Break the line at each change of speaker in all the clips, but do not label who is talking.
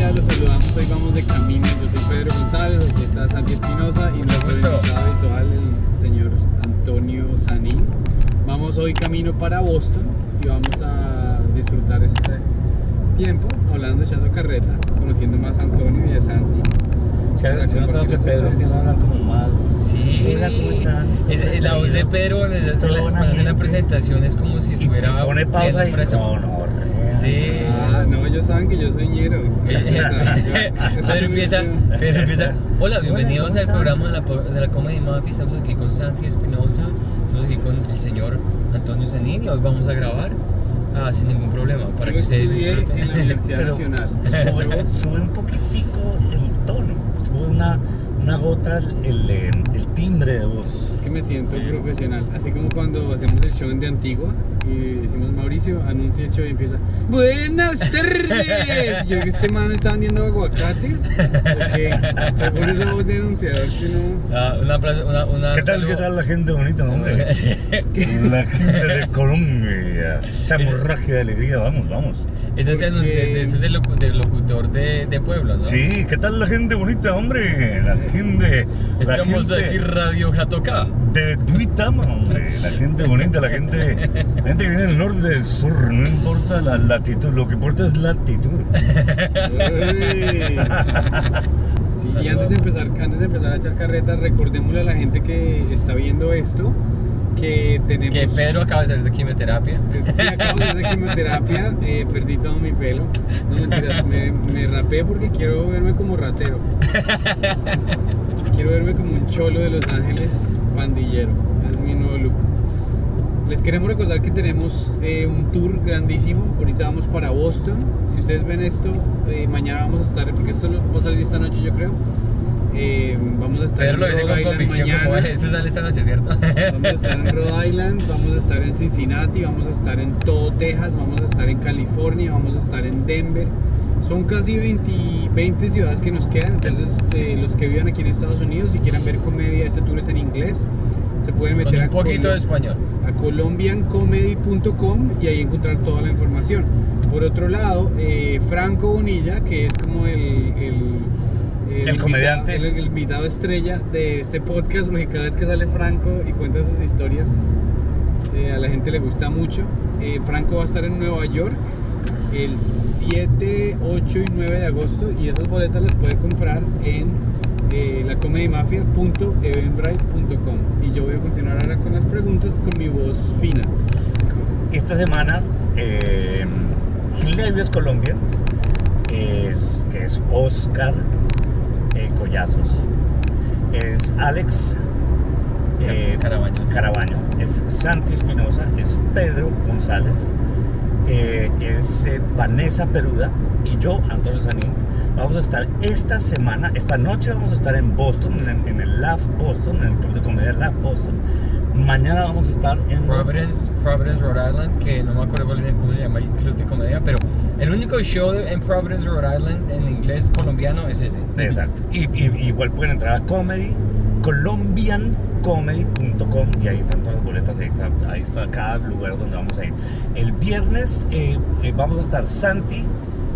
saludamos, hoy vamos de camino. Yo soy Pedro González, aquí está Santi Espinosa y nuestro
supuesto.
invitado habitual, el señor Antonio Sanín. Vamos hoy camino para Boston y vamos a disfrutar este tiempo hablando, echando carreta, conociendo más a Antonio y a Santi.
Se ha
Para
notado que
compartir
Pedro
nuestras
empieza a hablar como más.
Sí.
Hola, ¿cómo están? ¿Cómo
Es,
les
es la
ha
voz de
ido?
Pedro cuando se hace
Toda
la,
buena
cuando hace la
gente.
presentación es como si
Y
estuviera.
pone pausa
viendo
y.
por esa-
No, no, re-
Sí.
Ah, no, ellos saben que yo soy ñero. Ellos saben, yo- yo soy
Pedro empieza,
muy-
Pedro empieza. Hola, bienvenidos
¿cómo
al
están?
programa de la, po- de la Comedy Mafia. Estamos aquí con Santi Espinosa, estamos aquí con el señor Antonio Zanin y hoy vamos a grabar ah, sin ningún problema para
Yo
que ustedes
estudié en la
disfruten.
Universidad
Pero-
Nacional.
Sube, sube un poquitico el tono. Sube una, una gota el, el, eh, el timbre de voz.
Es que me siento profesional, así como cuando hacemos el show en de Antigua y decimos Mauricio, anuncia el show y empieza Buenas tardes. Yo que este man está vendiendo aguacates. Ok, pues pero con esa voz de anunciador que no.
Ah, un aplauso, una, una,
¿Qué tal,
saludo.
qué tal la gente bonita, hombre? La gente de Colombia. Esa hemorragia de alegría, vamos, vamos.
Ese es el,
Porque-
ese es el locu- del locutor de, de Pueblo, ¿no?
Sí, ¿qué tal la gente bonita, hombre? La gente. la
Estamos
gente
aquí Radio Jatoca.
De Duitama, hombre. La gente bonita, la gente, la gente que viene del norte, del sur. No importa la latitud, lo que importa es la actitud.
Uy. Sí, y antes de empezar, antes de empezar a echar carreta, recordémosle a la gente que está viendo esto que pues tenemos
Que Pedro acaba de salir de quimioterapia.
Sí, acabo de hacer quimioterapia, eh, perdí todo mi pelo. No mentiras, me, me rapé porque quiero verme como ratero. Quiero verme como un cholo de Los Ángeles pandillero. Es mi nuevo look. Les queremos recordar que tenemos eh, un tour grandísimo. Ahorita vamos para Boston. Si ustedes ven esto, eh, mañana vamos a estar, porque esto lo- va a salir esta noche, yo creo. Eh, vamos a estar
Pedro lo dice
Rhode
con
Island
convicción como esto sale esta noche, ¿cierto?
Vamos a estar en Rhode Island, vamos a estar en Cincinnati, vamos a estar en todo Texas, vamos a estar en California, vamos a estar en Denver. Son casi 20, 20 ciudades que nos quedan, entonces eh, los que vivan aquí en Estados Unidos y quieran ver comedia, este tour es en inglés, se pueden
Con
meter a,
un poquito de
colo-
español.
a colombiancomedy.com y ahí encontrar toda la información. Por otro lado, eh, Franco Bonilla, que es como el... el
El
invitado-
comediante.
el- el invitado estrella de este podcast, porque cada vez que sale Franco y cuenta sus historias, eh, a la gente le gusta mucho. Eh, Franco va a estar en Nueva York el 7, 8 y 9 de agosto y esas boletas las puede comprar en eh, lacomedymafia.eventbrite.com y yo voy a continuar ahora con las preguntas con mi voz fina.
Esta semana, eh, Hilarious Colombians, es- que es Oscar eh, Collazos, es Alex eh,
Carabaños.
Carabaño, es Santi Espinosa, es Pedro González, eh, es eh, Vanessa Peruda y yo, Antonio Sanín. Vamos a estar esta semana, esta noche vamos a estar en Boston, en, el- en el Laugh Boston, en el Club de Comedia Laugh Boston. Mañana vamos a estar en...
Providence, Providence, Rhode Island, que no me acuerdo cuál es el, cómo se llama el club de comedia, pero el único show de- en Providence, Rhode Island en inglés colombiano es ese.
Exacto. Y, y- igual pueden entrar a comedy, colombiancomedy.com y ahí están todas las boletas, ahí está, ahí está cada lugar donde vamos a ir. El viernes eh, eh, vamos a estar Santi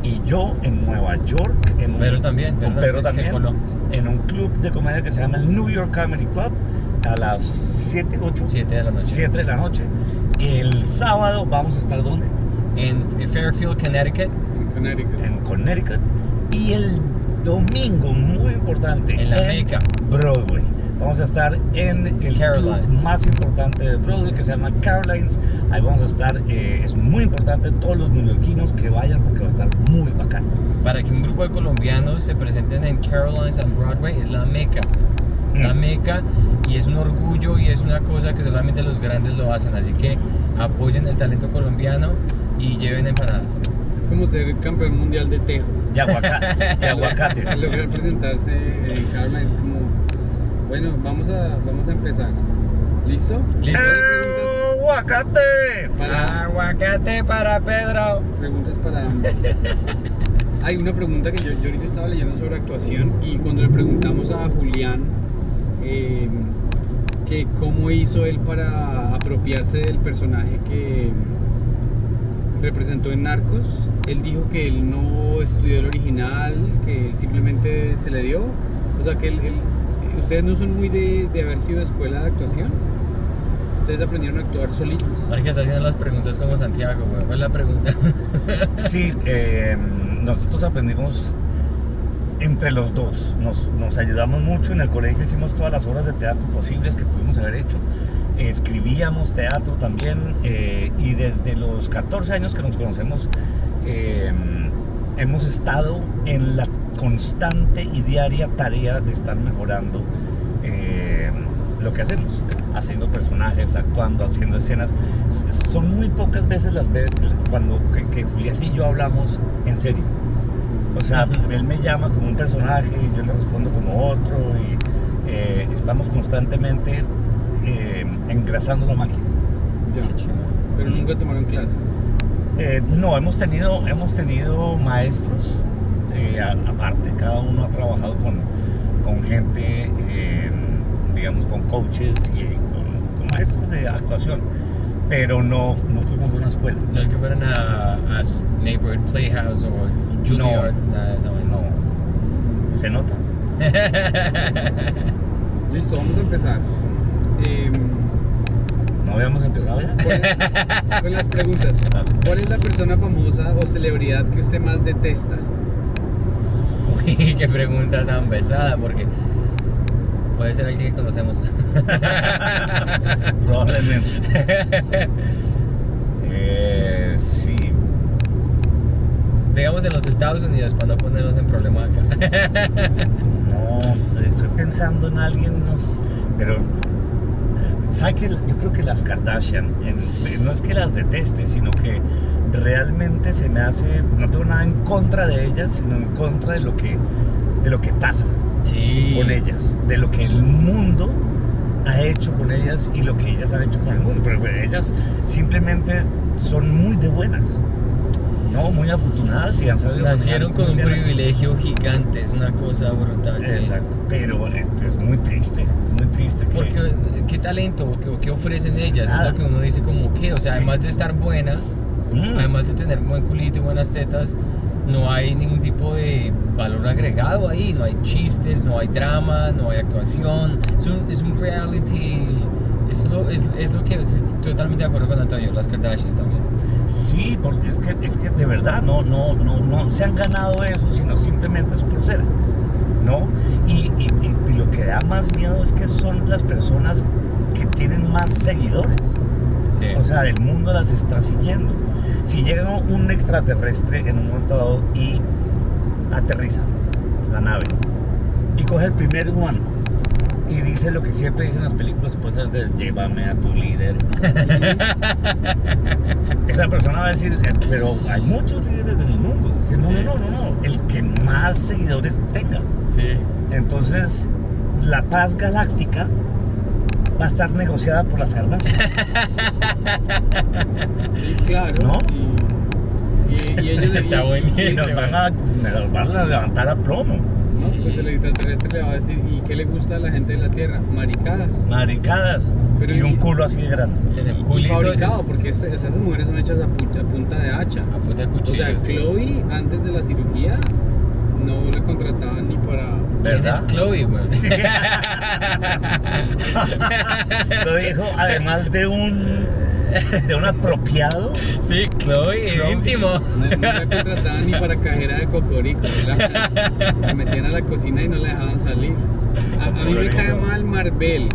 y yo en Nueva York. En un-
Pero también,
con
¿verdad?
Pedro
Se- se
también.
coló.
en un club de comedia que se llama el New York Comedy Club a las 7, 8,
7 de la noche.
7 de la noche. El sábado vamos a estar ¿dónde?
En Fairfield, Connecticut,
En Connecticut.
en Connecticut y el domingo, muy importante,
en la Meca.
Broadway. Vamos a estar en el club
Carolines.
más importante de Broadway que se llama Carolines. Ahí vamos a estar, eh, es muy importante todos los neoyorquinos que vayan porque va a estar muy bacano.
Para que un grupo de colombianos se presenten en Carolines on Broadway es la meca. La
Mm.
meca y es un orgullo y es una cosa que solamente los grandes lo hacen. Así que apoyen el talento colombiano y lleven empanadas.
Es como ser campeón mundial de tejo.
Y, aguaca- y aguacates.
Lograr presentarse en Carolina es como, bueno, vamos a, vamos a empezar. ¿Listo?
¿Listo?
¡Aguacate!
Para-
Aguacate para Pedro.
Preguntas para ambos. Hay una pregunta que yo, yo ahorita estaba leyendo sobre actuación y cuando le preguntamos a Julián eh, que cómo hizo él para apropiarse del personaje que representó en Narcos, Él dijo que él no estudió el original, que él simplemente se le dio. O sea, que él, él- ustedes no son muy de, de haber sido de escuela de actuación. Ustedes aprendieron a actuar solitos.
Ahora que está haciendo las preguntas como Santiago, güey. ¿Cuál es la pregunta?
Sí, eh, nosotros aprendimos entre los dos. Nos, nos ayudamos mucho. En el colegio hicimos todas las obras de teatro posibles que pudimos haber hecho. Escribíamos teatro también. eh, y desde los 14 años que nos conocemos, eh, hemos estado en la constante y diaria tarea de estar mejorando eh, lo que hacemos. Haciendo personajes, actuando, haciendo escenas s- son muy pocas veces las veces cuando que, que Julián y yo hablamos en serio. O sea,
Ujú.
él me llama como un personaje y yo le respondo como otro y eh, estamos constantemente eh, engrasando la máquina.
Ya. Pero nunca tomaron clases.
Eh, no, hemos tenido, hemos tenido maestros, eh, a- aparte, cada uno ha trabajado con, con gente, eh, digamos, con coaches y con, con maestros de actuación, pero no, no fuimos a una escuela.
No es que fueran a, al Neighborhood Playhouse o Juilliard, nada de esa vaina.
No, se nota.
Listo, vamos a empezar. Em,
No habíamos empezado ya.
¿cuál- con las preguntas. ¿Cuál es la persona famosa o celebridad que usted más detesta?
Uy, qué pregunta tan pesada, porque puede ser alguien que conocemos.
Probablemente. Eh, sí.
Digamos en los Estados Unidos, para no ponernos en problema acá.
No, estoy pensando en alguien, no sé, pero. ¿Sabe que Yo creo que las Kardashian, en- no es que las deteste, sino que realmente se me hace. No tengo nada en contra de ellas, sino en contra de lo que, de lo que pasa.
Sí.
con ellas, de lo que el mundo ha hecho con ellas y lo que ellas han hecho con el mundo. Pero bueno, ellas simplemente son muy de buenas, ¿no? Muy afortunadas y han sabido. manejar
Nacieron con un
muy bien la-
privilegio gigante, es una cosa brutal. sí.
Exacto, pero es, es muy triste, es muy triste que.
Porque, ¿qué talento o qué, o qué ofrecen ellas?
Nada.
Es lo que uno dice como que, o sea,
Ah. Sí.
además de estar buena,
Mm,
además de tener buen culito y buenas tetas, no hay ningún tipo de valor agregado ahí, no hay chistes, no hay drama, no hay actuación, es un, es un reality, es lo, es, es lo que estoy totalmente de acuerdo con Antonio, las Kardashians también.
Sí, porque es que, es que de verdad no, no, no, no se han ganado eso, sino simplemente es por ser, ¿no? Y, y- y- y lo que da más miedo es que son las personas que tienen más seguidores.
Sí.
O sea, el mundo las está siguiendo. Si llega un extraterrestre en un momento dado y aterriza la nave y coge el primer humano y dice lo que siempre dicen las películas supuestamente, llévame a tu líder. Esa persona va a decir, "Eh, pero hay muchos líderes en el mundo. Dice, no,
Sí.
no, no, no, no, el que más seguidores tenga.
sí.
Entonces, la paz galáctica va a estar negociada por las Kardashian.
Sí, claro.
¿No?
Y, y, y ellos
Está
y-
bueno.
Y nos van a, nos van a levantar a plomo.
¿no?
Sí.
Pues el extraterrestre le va a decir, ¿y qué le gusta a la gente de la Tierra? Maricadas.
maricadas
Pero
y
y-
un culo así de grande.
En el
Y
culito es
fabricado, porque es- o sea, esas mujeres son hechas a punta, a punta de hacha.
a punta de
O
cuchillo.
sea,
sí.
Chloe, antes de la cirugía, no le contrataban ni para...
¿Quién es
¿Verdad?
Chloe, güey?
Sí. Lo dijo además de un de un apropiado.
Sí, Chloe, el
Chloe.
íntimo.
No, no la contrataban ni para cajera de cocorico. La, la metían a la cocina y no la dejaban salir. A, a mí me cae mal Marvel.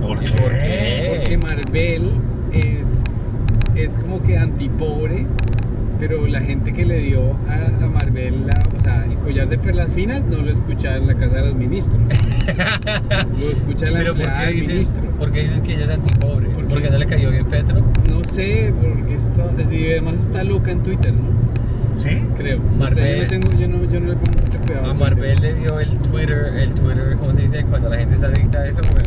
¿Por
¿Y
qué?
por qué?
Porque Marvel es, es como que antipobre, pero la gente que le dio a, a Marvel, la- o sea, el collar de perlas finas no lo escucha en la casa de los ministros. Lo escucha la
Pero ¿por
empleada
qué,
del
dices,
ministro.
¿por qué dices que ella es antipobre?
Porque
¿Por qué no
es-
le cayó bien Petro?
No sé, porque esto, y además está loca en Twitter, ¿no?
¿Sí?
Creo. No sé,
Marvel.
yo, no tengo, yo, no, yo no le pongo mucho cuidado.
A
Twitter.
Marvel le dio el Twitter, el Twitter, ¿cómo se dice? Cuando la gente está adicta a eso, güey.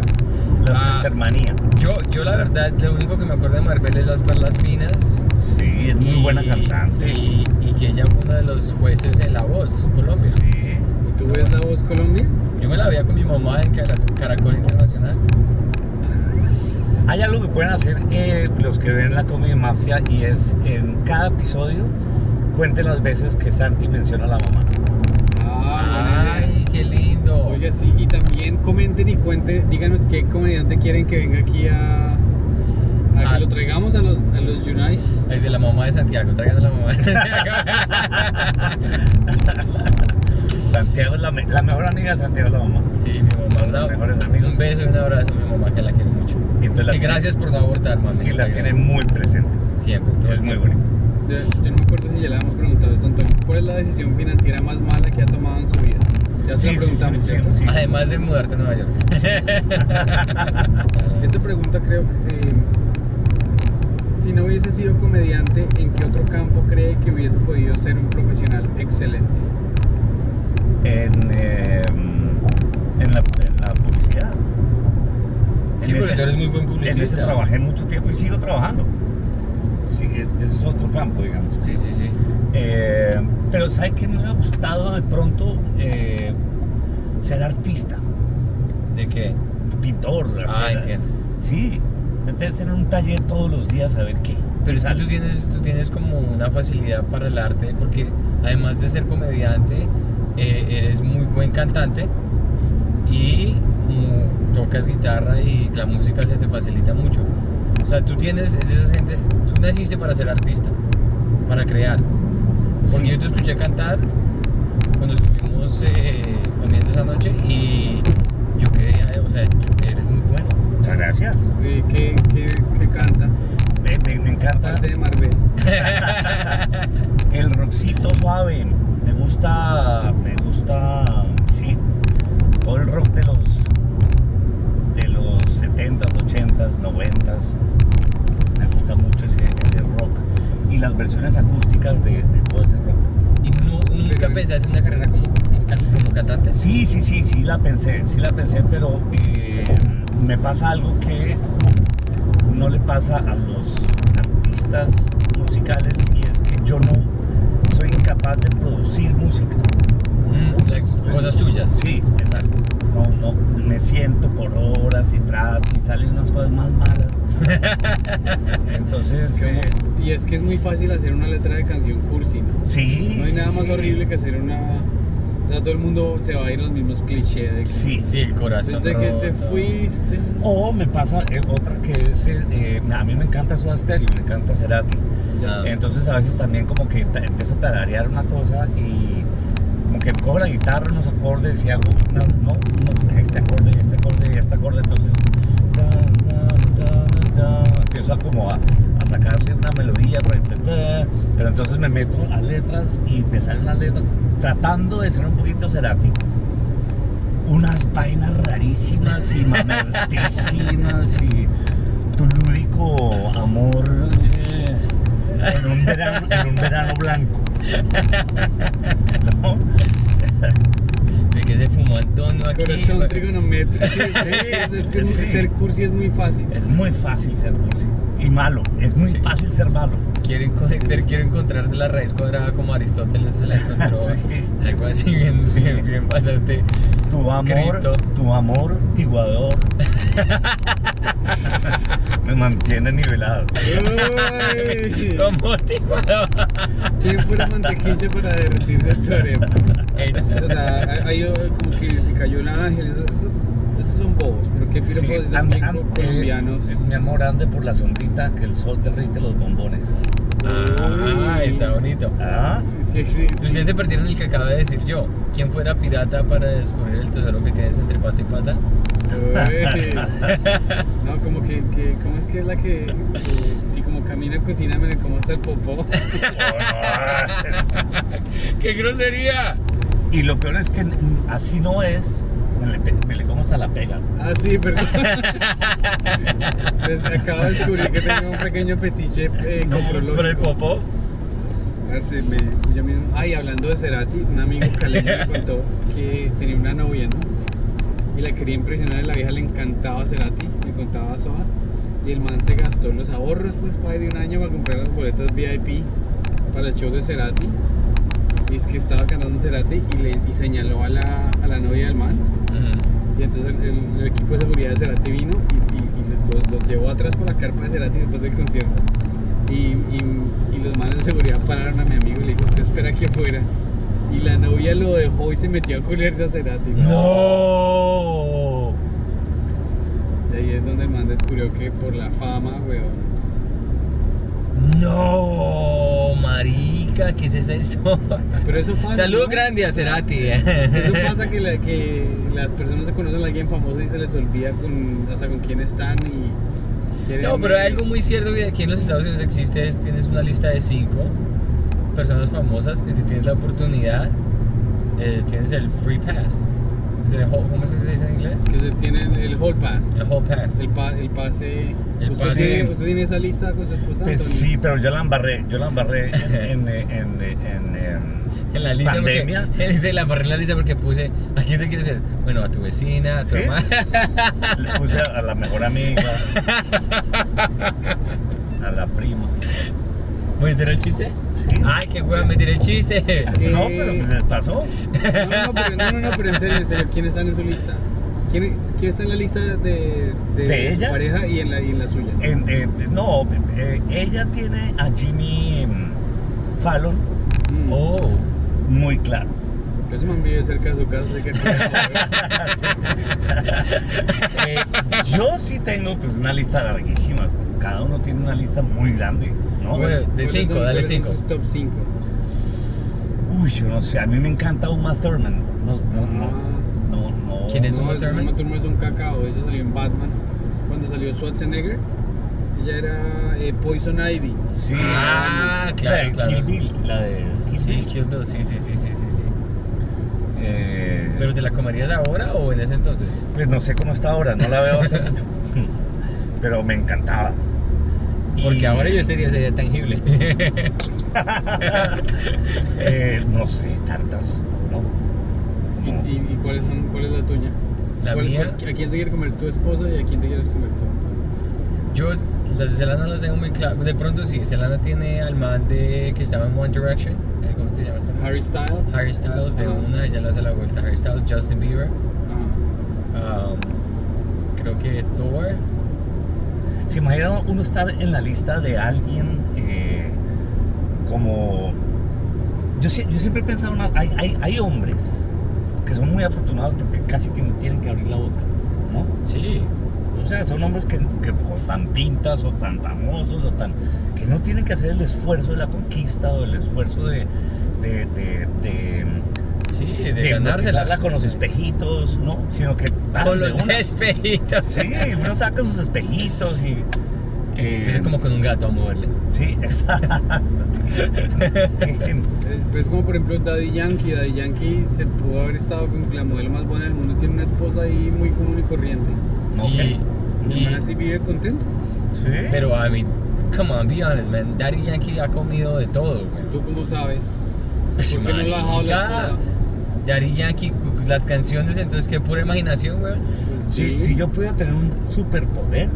La
Ah.
hermanía.
Yo, yo la verdad, lo único que me acuerdo de Marvel es las perlas finas.
Sí, es muy
y-
buena cantante.
Y, y que ella fue uno de los jueces en La Voz, Colombia.
Sí.
¿Y tú ves la voz Colombia?
Yo me la veía con mi mamá en Carac- Caracol Internacional.
Hay algo que pueden hacer eh, los que ven la comedia mafia y es en cada episodio cuente las veces que Santi menciona a la mamá.
Ah, buena idea.
Ay, qué lindo.
Oiga, sí, y también comenten y cuenten, díganos qué comediante quieren que venga aquí a. a
Ah.
que
Al-
lo traigamos a los, a los Unites.
Ahí dice la mamá de Santiago, tráigase la mamá de Santiago.
Santiago es la, me- la mejor amiga de Santiago es la mamá.
sí, mi mamá.
Los
¿no?
mejores amigos.
Un beso y un abrazo a mi mamá, que la quiero mucho.
Y entonces la
Que
tiene-
gracias por no abortar, mami.
Y la
Gracias.
tiene muy presente.
Siempre, todo el
Es muy
tiempo.
bonito.
Yo, yo no me acuerdo si ya le habíamos preguntado esto, Antonio. ¿Cuál es la decisión financiera más mala que ha tomado en su vida? Ya se
Sí,
lo
sí,
preguntamos.
sí, sí,
¿cierto?
sí.
Además de mudarte a Nueva York. Este,
Esta pregunta creo que. eh, si no hubiese sido comediante, ¿en qué otro campo cree que hubiese podido ser un profesional excelente?
en, eh, en, la, en la publicidad.
Sí, porque
En ese-
tú eres muy buen publicista.
En ese trabajé mucho tiempo y sigo trabajando. Sí, ese es otro campo, digamos.
Sí, sí, sí.
Eh, pero ¿sabe qué me ha gustado de pronto? Eh, ser artista,
¿De qué?
pintor.
Ah,
hacer-
entiendo.
Sí, meterse en un taller todos los días a ver qué.
Pero es que
sale.
tú tienes, tú tienes como una facilidad para el arte, porque además de ser comediante, eh, eres muy buen cantante y mu- tocas guitarra y la música se te facilita mucho. O sea, tú tienes, es de esa gente, tú naciste para ser artista, para crear. Porque
Sí.
yo te escuché cantar cuando estuvimos eh, comiendo esa noche y yo quedé, eh, o sea, eres muy bueno.
Muchas gracias.
Eh, ¿Qué, qué, qué canta?
Me, me- me encanta
Aparte de Marvel.
el rockcito suave. Me gusta, me gusta, sí, todo el rock de los de los 70s, 80s, 90s. Me gusta mucho ese, ese rock y las versiones acústicas de, de todo ese rock.
Y no, nunca
Pero-
pensaste en una carrera como, como, can- como cantante.
Sí, sí, sí, sí la pensé, sí la pensé, pero eh, me pasa algo que no le pasa a los artistas musicales y es que yo no soy incapaz de producir música.
Mm, like, cosas tuyas.
Sí, exacto. No, no, me siento por horas y trato y salen unas cosas más malas. Entonces, eh,
Como- Y es que es muy fácil hacer una letra de canción cursi, ¿no?
sí.
No hay
sí,
nada más
sí.
horrible que hacer una. O sea, todo el mundo se va a ir los mismos clichés de que-
Sí, sí.
Sí, el corazón.
Desde que te
roto.
fuiste.
O me pasa eh, otra que es, eh, eh, a mí me encanta Soda Stereo, me encanta Cerati.
Ah.
Entonces a veces también como que ta- empiezo a tararear una cosa y como que cojo la guitarra, unos acordes y hago, una- no, no, este acorde y este acorde y este acorde, entonces ta, ta, ta, ta, ta, empiezo a como a, a sacarle una melodía, por ahí, ta, ta, pero entonces me meto a letras y me salen las letras tratando de ser un poquito Cerati. Unas vainas rarísimas y mamertísimas y tu lúdico amor eh, en, un verano, en un verano blanco. ¿No?
Desde que se fumó Antonio aquí.
Corazón
güey.
trigonométrico. Sí, es que
Sí.
ser cursi es muy fácil.
Es muy fácil ser cursi y malo. Es muy fácil ser malo.
Quiero, encontrar, quiero encontrar de la raíz cuadrada como Aristóteles se la encontró.
Sí.
La cosa así bien,
Sí.
bien, bien bastante.
Tu amor,
Cripto.
tu amor tiguador me mantiene nivelado.
Ay,
Como tipo.
¿Quién fuera mantequilla para derretirse el teorema? O sea, hay hay como que se cayó el ángel. Eso, eso- esos son bobos. Pero qué
Sí,
piropos de
and-
amigos
and- eh,
colombianos.
mi amor, ande por la sombrita que el sol derrite los bombones.
Ah, está bonito.
Ah,
Es que sí, sí.
Ustedes se perdieron el que acaba de decir yo. ¿Quién fuera pirata para descubrir el tesoro que tienes entre pata y pata?
Uy. No, como que, que, ¿cómo es que es la que, que sí, como camina, cocina, mira cómo está el popó?
¡Qué grosería!
Y lo peor es que mm, así no es. Me le, pe- me le como hasta la pega.
Ah, sí, perdón. Les acabo de descubrir que tengo un pequeño fetiche eh, coprológico.
¿Por el popó?
Parce, Ah, me, yo mismo- Ay, hablando de Cerati, un amigo caleño me contó que tenía una novia, ¿no? Y la quería impresionar y la vieja le encantaba Cerati, le contaba Soja. Y el man se gastó los ahorros, pues, pa' ahí de un año para comprar las boletas VIP para el show de Cerati. Y es que estaba cantando Cerati y, le, y señaló a la, a la novia del man. Y entonces el, el- el equipo de seguridad de Cerati vino y, y- y los, los llevó atrás por la carpa de Cerati después del concierto. Y, y- y los manes de seguridad pararon a mi amigo y le dijo, usted espera aquí afuera. Y la novia lo dejó y se metió a culerse a Cerati.
¡No!
Y ahí es donde el man descubrió que por la fama, weón.
¡No! ¡Marica! ¿Qué es esa historia?
Pero eso pasa.
Salud
¿no?
grande a Cerati.
Eso pasa que, la- que las personas se conocen a alguien famoso y se les olvida con, hasta con quién están y quieren-
No, pero hay algo muy cierto que aquí en los Estados Unidos existe, es, tienes una lista de cinco personas famosas que si tienes la oportunidad, eh, tienes el free pass. Es el whole- ¿Cómo se dice en inglés?
que se tienen el hall pass.
El whole pass.
El, pa- el pase.
El
¿Usted,
pase.
Tiene, usted tiene esa lista con su esposa?
Pues
Antonio?
sí, pero yo la embarré, yo la embarré en, en, en, en, en-
En la lista
¿Pandemia?
porque él dice la barré en la lista porque puse ¿a quién te quieres ser? Bueno, a tu vecina, a tu
¿Sí?
hermana.
le puse a la mejor amiga, a la prima.
¿Puedes tirar el chiste?
Sí.
Ay, qué hueva, me tiré el chiste.
que-
No, pero pues se
No,
pasó.
no, no, pero, no, no, no, pero en serio, en serio, ¿quién están en su lista? ¿Quién, quién está en la lista de, de,
¿De
su
ella? Eh,
pareja y en la, y en la suya?
En- en- no, eh, ella tiene a Jimmy mm, Fallon
Mm,
Oh,
muy claro.
pues ese man vive cerca de su casa, así que.
Eh, yo sí tengo pues, una lista larguísima. Cada uno tiene una lista muy grande, ¿no?
Bueno, de
¿Cuáles son-
cinco, dale
cuáles son
cinco.
sus top 5.
Uy, yo no sé. A mí me encanta Uma Thurman. No, no, no. no, no.
Ah. ¿Quién es?
no,
Uma
es-
Thurman?
Uma Thurman es un cacao. Ella salió en Batman. Cuando salió Schwarzenegger, ella era eh, Poison Ivy.
Sí.
Ah,
la-
claro,
la de
claro.
Kill Bill, la de Kill
sí,
Bill.
Kill Bill, sí, sí, sí, sí, sí, sí.
Eh,
¿Pero te la comerías ahora o en ese entonces?
pues no sé cómo está ahora, no la veo hace mucho. Pero me encantaba. Y,
Porque ahora yo sería, sería tangible.
eh, no sé, tantas, ¿no?
¿Y,
No.
y, y cuáles son, cuál es la tuya?
La
¿Cuál-
mía,
cuál- ¿A quién se quiere comer tu esposa y a quién te quieres comer tú?
yo las de Zelanda las tengo muy claras. De pronto sí, Zelanda tiene al man de que estaba en One Direction. eh, ¿Cómo se llama este? man?
Harry Styles.
Harry Styles de
Ajá.
una, ya le hace la vuelta a Harry Styles, Justin Bieber,
Ajá.
um, creo que Thor.
¿Se imagina uno estar en la lista de alguien eh, como... Yo, sie- yo siempre he pensado, una- hay, hay- hay hombres que son muy afortunados porque casi que ni tienen que abrir la boca, ¿no?
Sí.
O sea, son hombres que, que o tan pintas o tan famosos o tan... que no tienen que hacer el esfuerzo de la conquista o el esfuerzo de... de, de, de
Sí, de,
de
ganársela.
hipnotizarla con los espejitos, ¿no? Sino que... van
Con
de
los
una.
espejitos.
Sí, uno saca sus espejitos y... eh,
Es como con un gato a moverle.
Sí, exacto.
Eh, Pues como por ejemplo Daddy Yankee. Daddy Yankee se pudo haber estado con la modelo más buena del mundo. Tiene una esposa ahí muy común y corriente.
No,
Y-
Y
y-
además así vive contento.
Sí.
pero, I mean, come on, be honest, man. Daddy Yankee ha comido de todo, güey.
¿Tú cómo sabes?
Pues,
¿Por qué no la has dejado la
marica,
esposa?
Daddy Yankee, cu- cu- las canciones, entonces qué pura imaginación, güey.
Pues
Si, si yo pudiera tener un superpoder,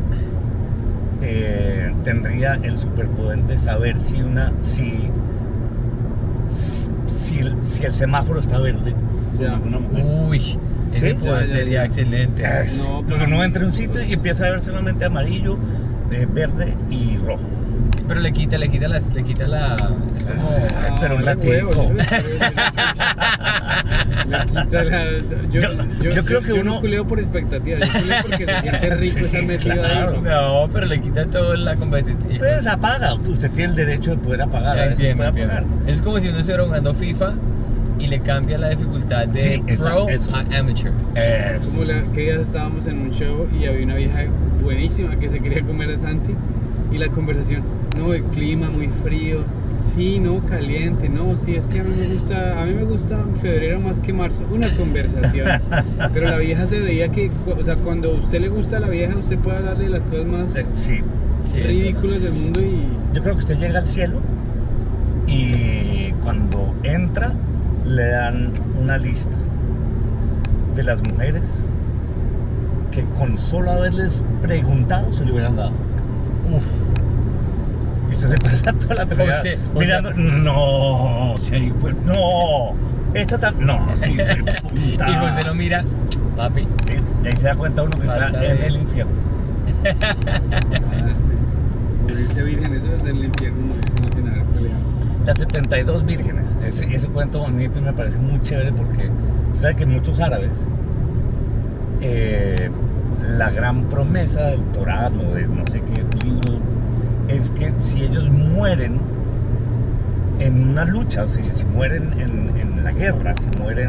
eh, tendría el superpoder de saber si una. si. si, si el, si el semáforo está verde.
Ya.
con Una mujer.
Uy, ese
Sí,
ya,
poder
ya,
sería
ya.
excelente.
Es-
No,
porque
pero-
uno entra en un sitio
pues-
y empieza a ver solamente amarillo, eh, verde y rojo.
Pero le quita, le quita las, le quita la. Es como.
Ay, pero un
Ah,
latico.
huevo, yo no creo que la- le quita la- Yo,
Yo-
yo-
yo creo que
yo no
uno-
culeo por expectativa, yo culeo porque se siente rico
Sí,
estar metido
claro.
adentro.
No, pero le quita toda la competitividad.
Pues apaga, usted tiene el derecho de poder apagar.
Ya
a veces
entiendo,
puede
entiendo.
apagar.
Es como si uno estuviera jugando FIFA y le cambia la dificultad de
Sí, esa-
pro
eso.
a amateur.
Eso.
Como la que día estábamos en un show y había una vieja buenísima que se quería comer a Santi y la conversación, no, el clima muy frío, sí, no, caliente, no, sí, es que a mí me gusta, a mí me gusta febrero más que marzo, una conversación. Pero la vieja se veía que, cu- o sea, cuando a usted le gusta a la vieja, usted puede hablarle de las cosas más
Eh, Sí,
Sí, es
ridículas del mundo y...
Yo creo que usted llega al cielo y cuando entra le dan una lista de las mujeres que con solo haberles preguntado se le hubieran dado. Uf. Y usted se pasa toda la tarde
sea, o
mirando, no, sí, hijo de- no, esta tam- no, sí, hijo de
verdad.
puta".
Y José lo mira, papi.
Sí, y ahí se da cuenta uno que
Falta
está
de-
en el infierno.
Ah, sí. morirse virgen, eso es el infierno, morirse no sin haber peleado.
Las 72 vírgenes. Ese, ese cuento a mí pues, me parece muy chévere porque sabe que muchos árabes eh, la gran promesa del Torá o de no sé qué libro es que si ellos mueren en una lucha, o sea, si, si mueren en, en la guerra, si mueren,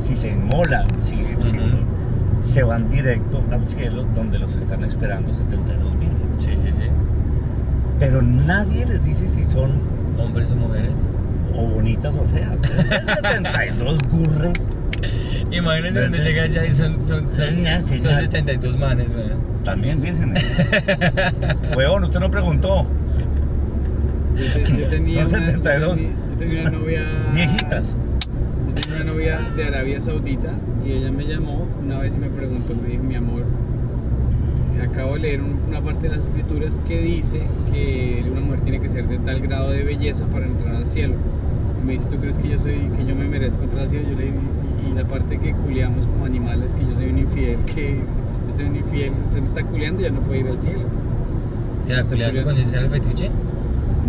si se inmolan, si, si-
Ujú.
se van directo al cielo donde los están esperando 72 mil.
Sí, sí, sí.
Pero nadie les dice si son
Hombres o mujeres.
o bonitas o feas. Pues, son 72 gurres.
Imagínense donde llega allá y son, son, son,
Sí, ya, sí,
son
ya.
72 manes, weón.
También vírgenes. Huevón, usted no preguntó.
Yo, te- yo tenía
Son
una, yo
72.
tenía- Yo tenía una novia.
Viejitas.
Yo tenía una novia de Arabia Saudita y ella me llamó una vez y me preguntó, me dijo, mi amor, acabo de leer un- una parte de las escrituras que dice que una mujer tiene que ser de tal grado de belleza para entrar al cielo. Y me dice, ¿tú crees que yo soy, que yo me merezco entrar al cielo? Yo le dije, y, y la parte que culeamos como animales, que yo soy un infiel, que yo soy un infiel, se me está culeando y ya no puede ir al cielo.
¿Te la culiaste cuando hicieron el fetiche?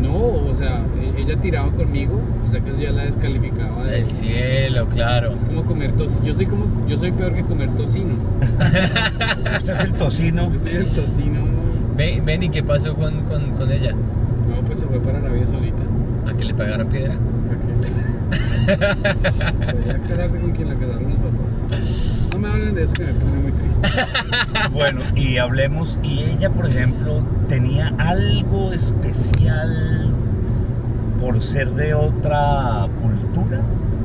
No, o sea, e- ella tiraba conmigo, o sea que eso ya la descalificaba. de-
El cielo, claro.
Es como comer tocino. Yo soy como, yo soy peor que comer tocino.
Usted es el tocino.
Yo soy el tocino.
Ve- Ven, ¿y qué pasó con, con, con ella?
No, pues se fue para Arabia solita.
¿A que le pagaron piedra?
Podría casarse con quien la casaron los papás. No me hablen de eso que me pone muy triste.
Bueno, y hablemos. Y ella, por ejemplo, tenía algo especial por ser de otra cultura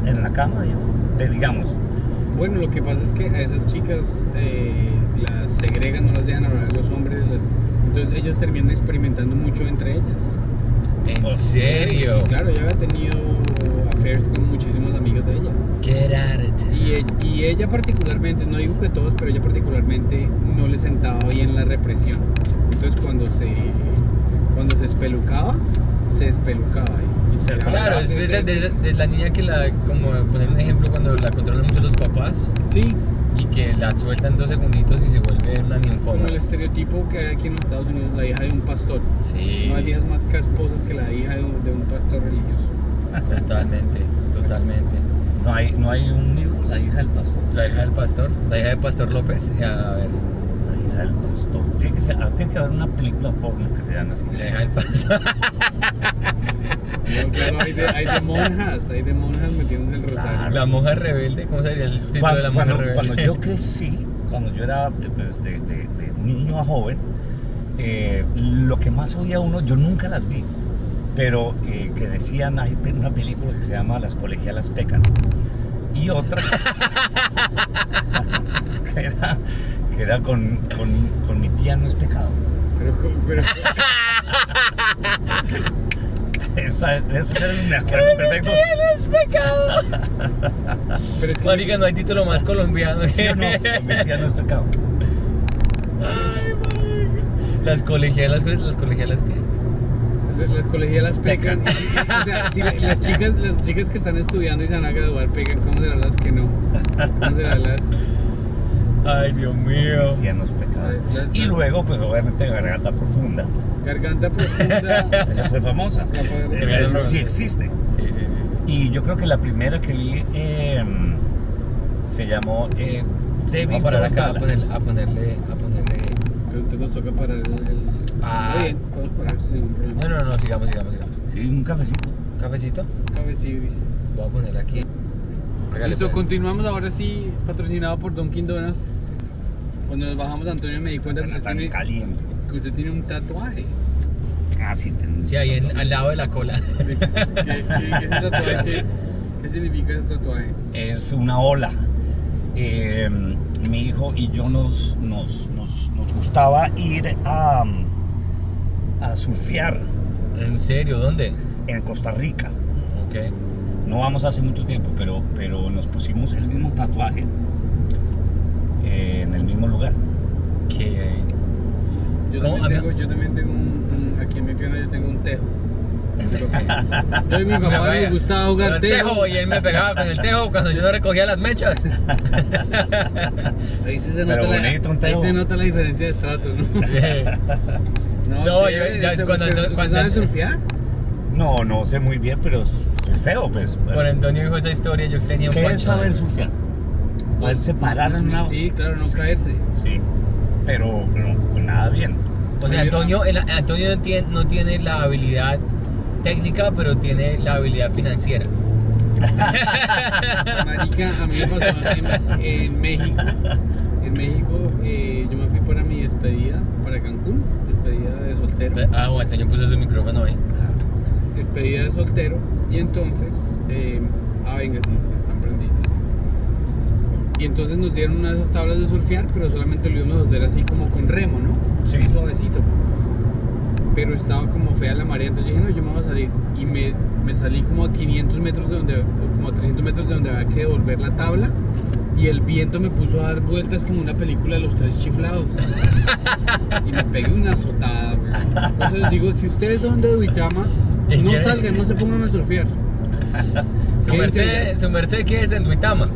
en la cama, digo. De, digamos,
Bueno, lo que pasa es que a esas chicas eh, las segregan, no las dejan hablar a los hombres. las- Entonces ellas terminan experimentando mucho entre ellas.
¿En
Oh,
serio?
Sí, claro, yo había tenido affairs con muchísimas amigas de ella.
Get at it.
Y, e- y ella particularmente, no digo que todos, pero ella particularmente no le sentaba bien la represión. Entonces cuando se, cuando se espelucaba, se espelucaba. y- y
Se
era-
Claro, es de, esa- de esa- de la niña que la, como poner un ejemplo, cuando la controlan mucho los papás
Sí,
y que la sueltan dos segunditos y se vuelve una
como
ninfoma.
el estereotipo que hay aquí en los Estados Unidos, la hija de un pastor.
Sí,
No hay hijas más casposas que la hija de un, de un pastor religioso.
totalmente, totalmente.
no hay, no hay un libro, la hija del pastor.
La hija del pastor, la hija del pastor López, a ver,
La hija del pastor. Tiene que, ser- ah, tiene que haber una película porno que se llame así.
la hija del pastor.
No, claro, hay de, hay de monjas, hay de monjas metiéndose el rosario.
La mujer rebelde, ¿cómo sería el título de la
Cuando,
mujer rebelde?
cuando- cuando yo crecí, cuando yo era eh, pues, de, de- de niño a joven, eh, lo que más oía uno, yo nunca las vi, pero eh, que decían, hay pe- una película que se llama Las colegialas pecan, y otra que era, que era con, con- con mi tía no es pecado.
Pero, pero
Esa, esa era, me acuerdo perfecto.
¡Tienes pecado!
Pero es que
Marica, no hay título más colombiano.
¿Sí o no? Con mi tía no es pecado.
Las colegialas, ¿cuáles las colegialas que?
Las colegialas pecan. O sea, si la- las chicas, las chicas que están estudiando y se van a graduar pecan, ¿cómo serán las que no? ¿Cómo serán las?
Ay, Dios mío.
Mi tía no es pecado. Y luego, pues obviamente, garganta profunda.
Garganta profunda.
Esa fue famosa.
La fue-
Eh, Esa sí existe.
Sí, sí, sí. sí.
Y yo creo que la primera que vi em, se llamó eh, David
Ah,
Vamos a parar
Dos
acá a,
pues,
Dallas.
poner- a ponerle, a ponerle.
Pero entonces nos toca parar el. el-
Ah.
Está bien, podemos parar sin ningún problema.
No, no, no, sigamos, sigamos, sigamos.
Sí, un cafecito.
Cafecito,
Cabecibris.
voy a poner aquí. Hágale,
Listo,
pues.
continuamos ahora sí, patrocinado por Dunkin' Donuts. Cuando nos bajamos, Antonio me di cuenta que
Era
usted,
tan
tiene,
caliente.
que usted tiene un tatuaje.
Ah, sí, ten-
Sí, ahí en- al lado de la cola.
¿Qué, qué- qué es ese tatuaje? ¿Qué, qué significa ese tatuaje?
Es una ola. Em, mi hijo y yo nos, nos, nos, nos gustaba ir a, a surfear
¿En serio? ¿Dónde?
en Costa Rica.
Ok.
No vamos hace mucho tiempo, pero, pero nos pusimos el mismo tatuaje eh, en el mismo lugar.
Que.
Yo
¿Cómo?
también,
A mí-
tengo, yo también tengo un, un- Aquí en mi pierna yo tengo un tejo. Yo y mi
Me
papá
pega-
le gustaba
con
jugar
el
tejo.
tejo. Y él me pegaba con el tejo cuando yo no recogía las mechas.
Ahí sí se
Pero
nota, la,
bonito un
ahí
tejo.
se nota la diferencia de estrato, ¿no?
Sí.
No,
No,
chévere,
yo- ya es
¿usted-
cuando-
usted-
no,
usted
cuando-
sabe surfear?
No, no sé muy bien, pero soy feo, pues.
Cuando Antonio dijo esa historia, yo tenía un
¿Qué es
punchline.
saber surfear? Poder separar una...
Pues, Sí, claro, no caerse.
Sí, pero, pero pues, nada bien.
O
Oye,
sea, Antonio,
ah.
el- Antonio no, tiene, no tiene la habilidad técnica, pero tiene la habilidad financiera.
Marica, a mí me pasó en, en México. En México eh, yo me fui para mi despedida, para Cancún, despedida de soltero.
Ah, bueno, Antonio puso su micrófono ahí.
despedida de soltero y entonces eh, ah venga sí, sí, están prendidos y entonces nos dieron unas tablas de surfear pero solamente lo íbamos a hacer así como con remo no
Sí.
Así suavecito pero estaba como fea la marea entonces yo dije no yo me voy a salir y me, me salí como a 500 metros de donde o como a 300 metros de donde había que devolver la tabla y el viento me puso a dar vueltas como una película de los tres chiflados y me pegué una azotada. güey. Entonces digo, si ustedes son de Duitama,
¿Y
no
qué?
salgan, no se pongan a surfear.
Su
Sí,
merced, su merced que es en Duitama.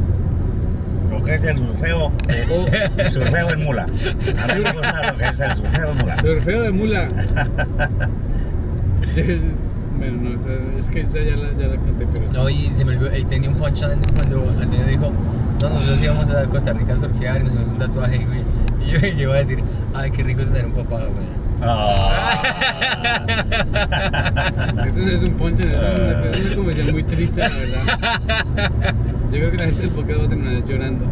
Lo que es el surfeo, eh,
O
el surfeo en mula. A mí me gusta lo que es el surfeo en mula.
surfeo de mula. bueno, no, esa- es que esa ya la, ya la conté, pero sí.
No, y se me olvidó, él tenía un punchline cuando Antonio dijo, no, nosotros íbamos a Costa Rica a surfear y nos hicimos un tatuaje, y, güey. Y yo, y yo iba a decir, ay, qué rico es tener un papá, güey.
Ah.
eso no es un ponche, eso es
Ah.
una, cosa- es una conversación muy triste, la verdad. Yo creo que la gente del podcast va a terminar llorando.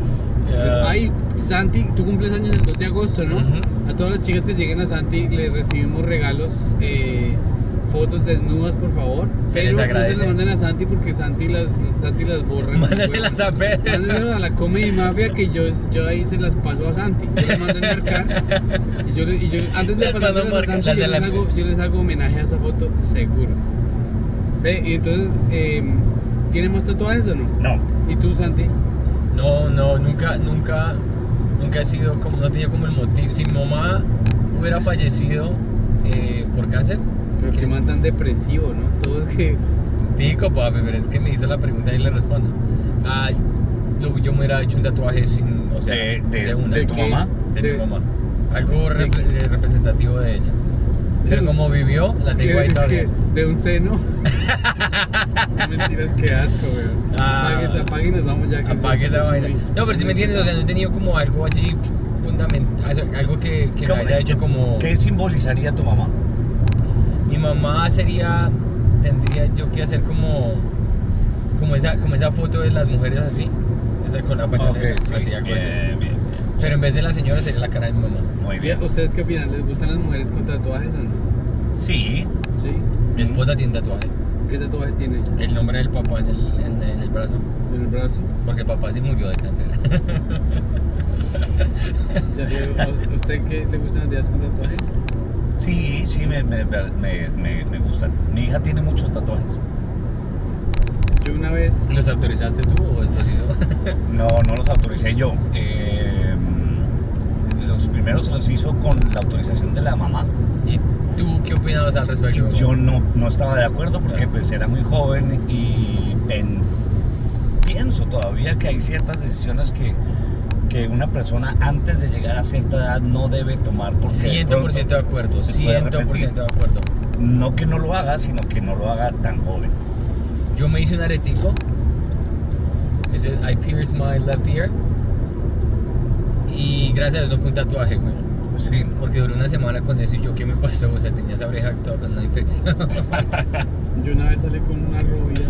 Pues,
Ya.
ay, Santi, tú cumples años el 2 de agosto, ¿no?
Ujú.
A todas las chicas que lleguen a Santi le recibimos regalos, eh, fotos desnudas, por favor.
Se
Pero
les
No
agradece.
se las manden a Santi porque Santi las, Santi las borra.
Mándaselas a Pedro.
Mándaselas a la Comedy Mafia que yo, yo ahí se las paso a Santi. Yo les mando a marcar. Y yo, le- y yo antes de
Las mando
pasárselas a
marcar,
Santi,
las
yo
de
les,
la-
hago, yo les hago homenaje a esa foto, seguro. Ve, y entonces, eh, ¿tiene más tatuajes o no?
No,
¿Y tú, Santi?
No, no, nunca, nunca, nunca he sido como, no tenía como el motivo. Si mi mamá hubiera fallecido eh, por cáncer,
Pero qué man tan depresivo, ¿no? Todo es que.
Tico, papi, pero es que me hizo la pregunta y le respondo. Ah, lo- yo me hubiera hecho un tatuaje sin, o sea,
De-
de,
de-
una.
de
De,
tu
que-
mamá?
mi
de-
mamá. Algo
de-
repre- eh, representativo de ella. Pero
Pero
como vivió, las
que-
tengo ahí
es que
todavía.
de un seno. Mentiras, qué asco, weón.
Ah.
Apague esa, apague y nos vamos ya. que
Apague
es-
esa
es
vaina.
muy-
No, pero si me entiendes, o sea, no he tenido como algo así fundamental, algo que, que me haya hecho como...
¿Qué simbolizaría tu mamá?
Mi mamá sería, tendría yo que hacer como, como esa, como esa foto de las mujeres así, esa con la pañalera,
Ok, sí,
así, algo así.
bien, bien, bien.
Pero en vez de la señora sería la cara de mi mamá.
Muy
Oye,
bien.
¿Ustedes qué opinan? ¿Les gustan las mujeres con tatuajes o no?
Sí,
Sí.
Mi esposa tiene un tatuaje.
¿Qué tatuaje tiene ella?
El nombre del papá en el, en- en el brazo.
En el brazo.
Porque el papá se murió de cáncer.
Ya sé, ¿a- a ¿Usted qué le gustan las días con tatuaje?
sí, sí, me, me, me, me, me gusta. Mi hija tiene muchos tatuajes.
Yo una vez.
¿Los autorizaste tú o los hizo?
No, no los autoricé yo. Eh, los primeros se los hizo con la autorización de la mamá.
¿Y tú qué opinabas al respecto?
Y yo no, no estaba de acuerdo porque
Claro.
pues era muy joven y pens- pienso todavía que hay ciertas decisiones que, que una persona antes de llegar a cierta edad no debe tomar porque de
100% de
pronto,
acuerdo,
se puede
100%
arrepentir.
de acuerdo.
no que no lo haga, sino que no lo haga tan joven.
Yo me hice un aretico. Ese, I pierced my left ear. Y gracias a Dios no fue un tatuaje, güey.
Sí.
Porque duró una semana con eso y yo, ¿qué me pasó? O sea, tenía esa oreja toda con una infección.
Yo una vez salí con una rubia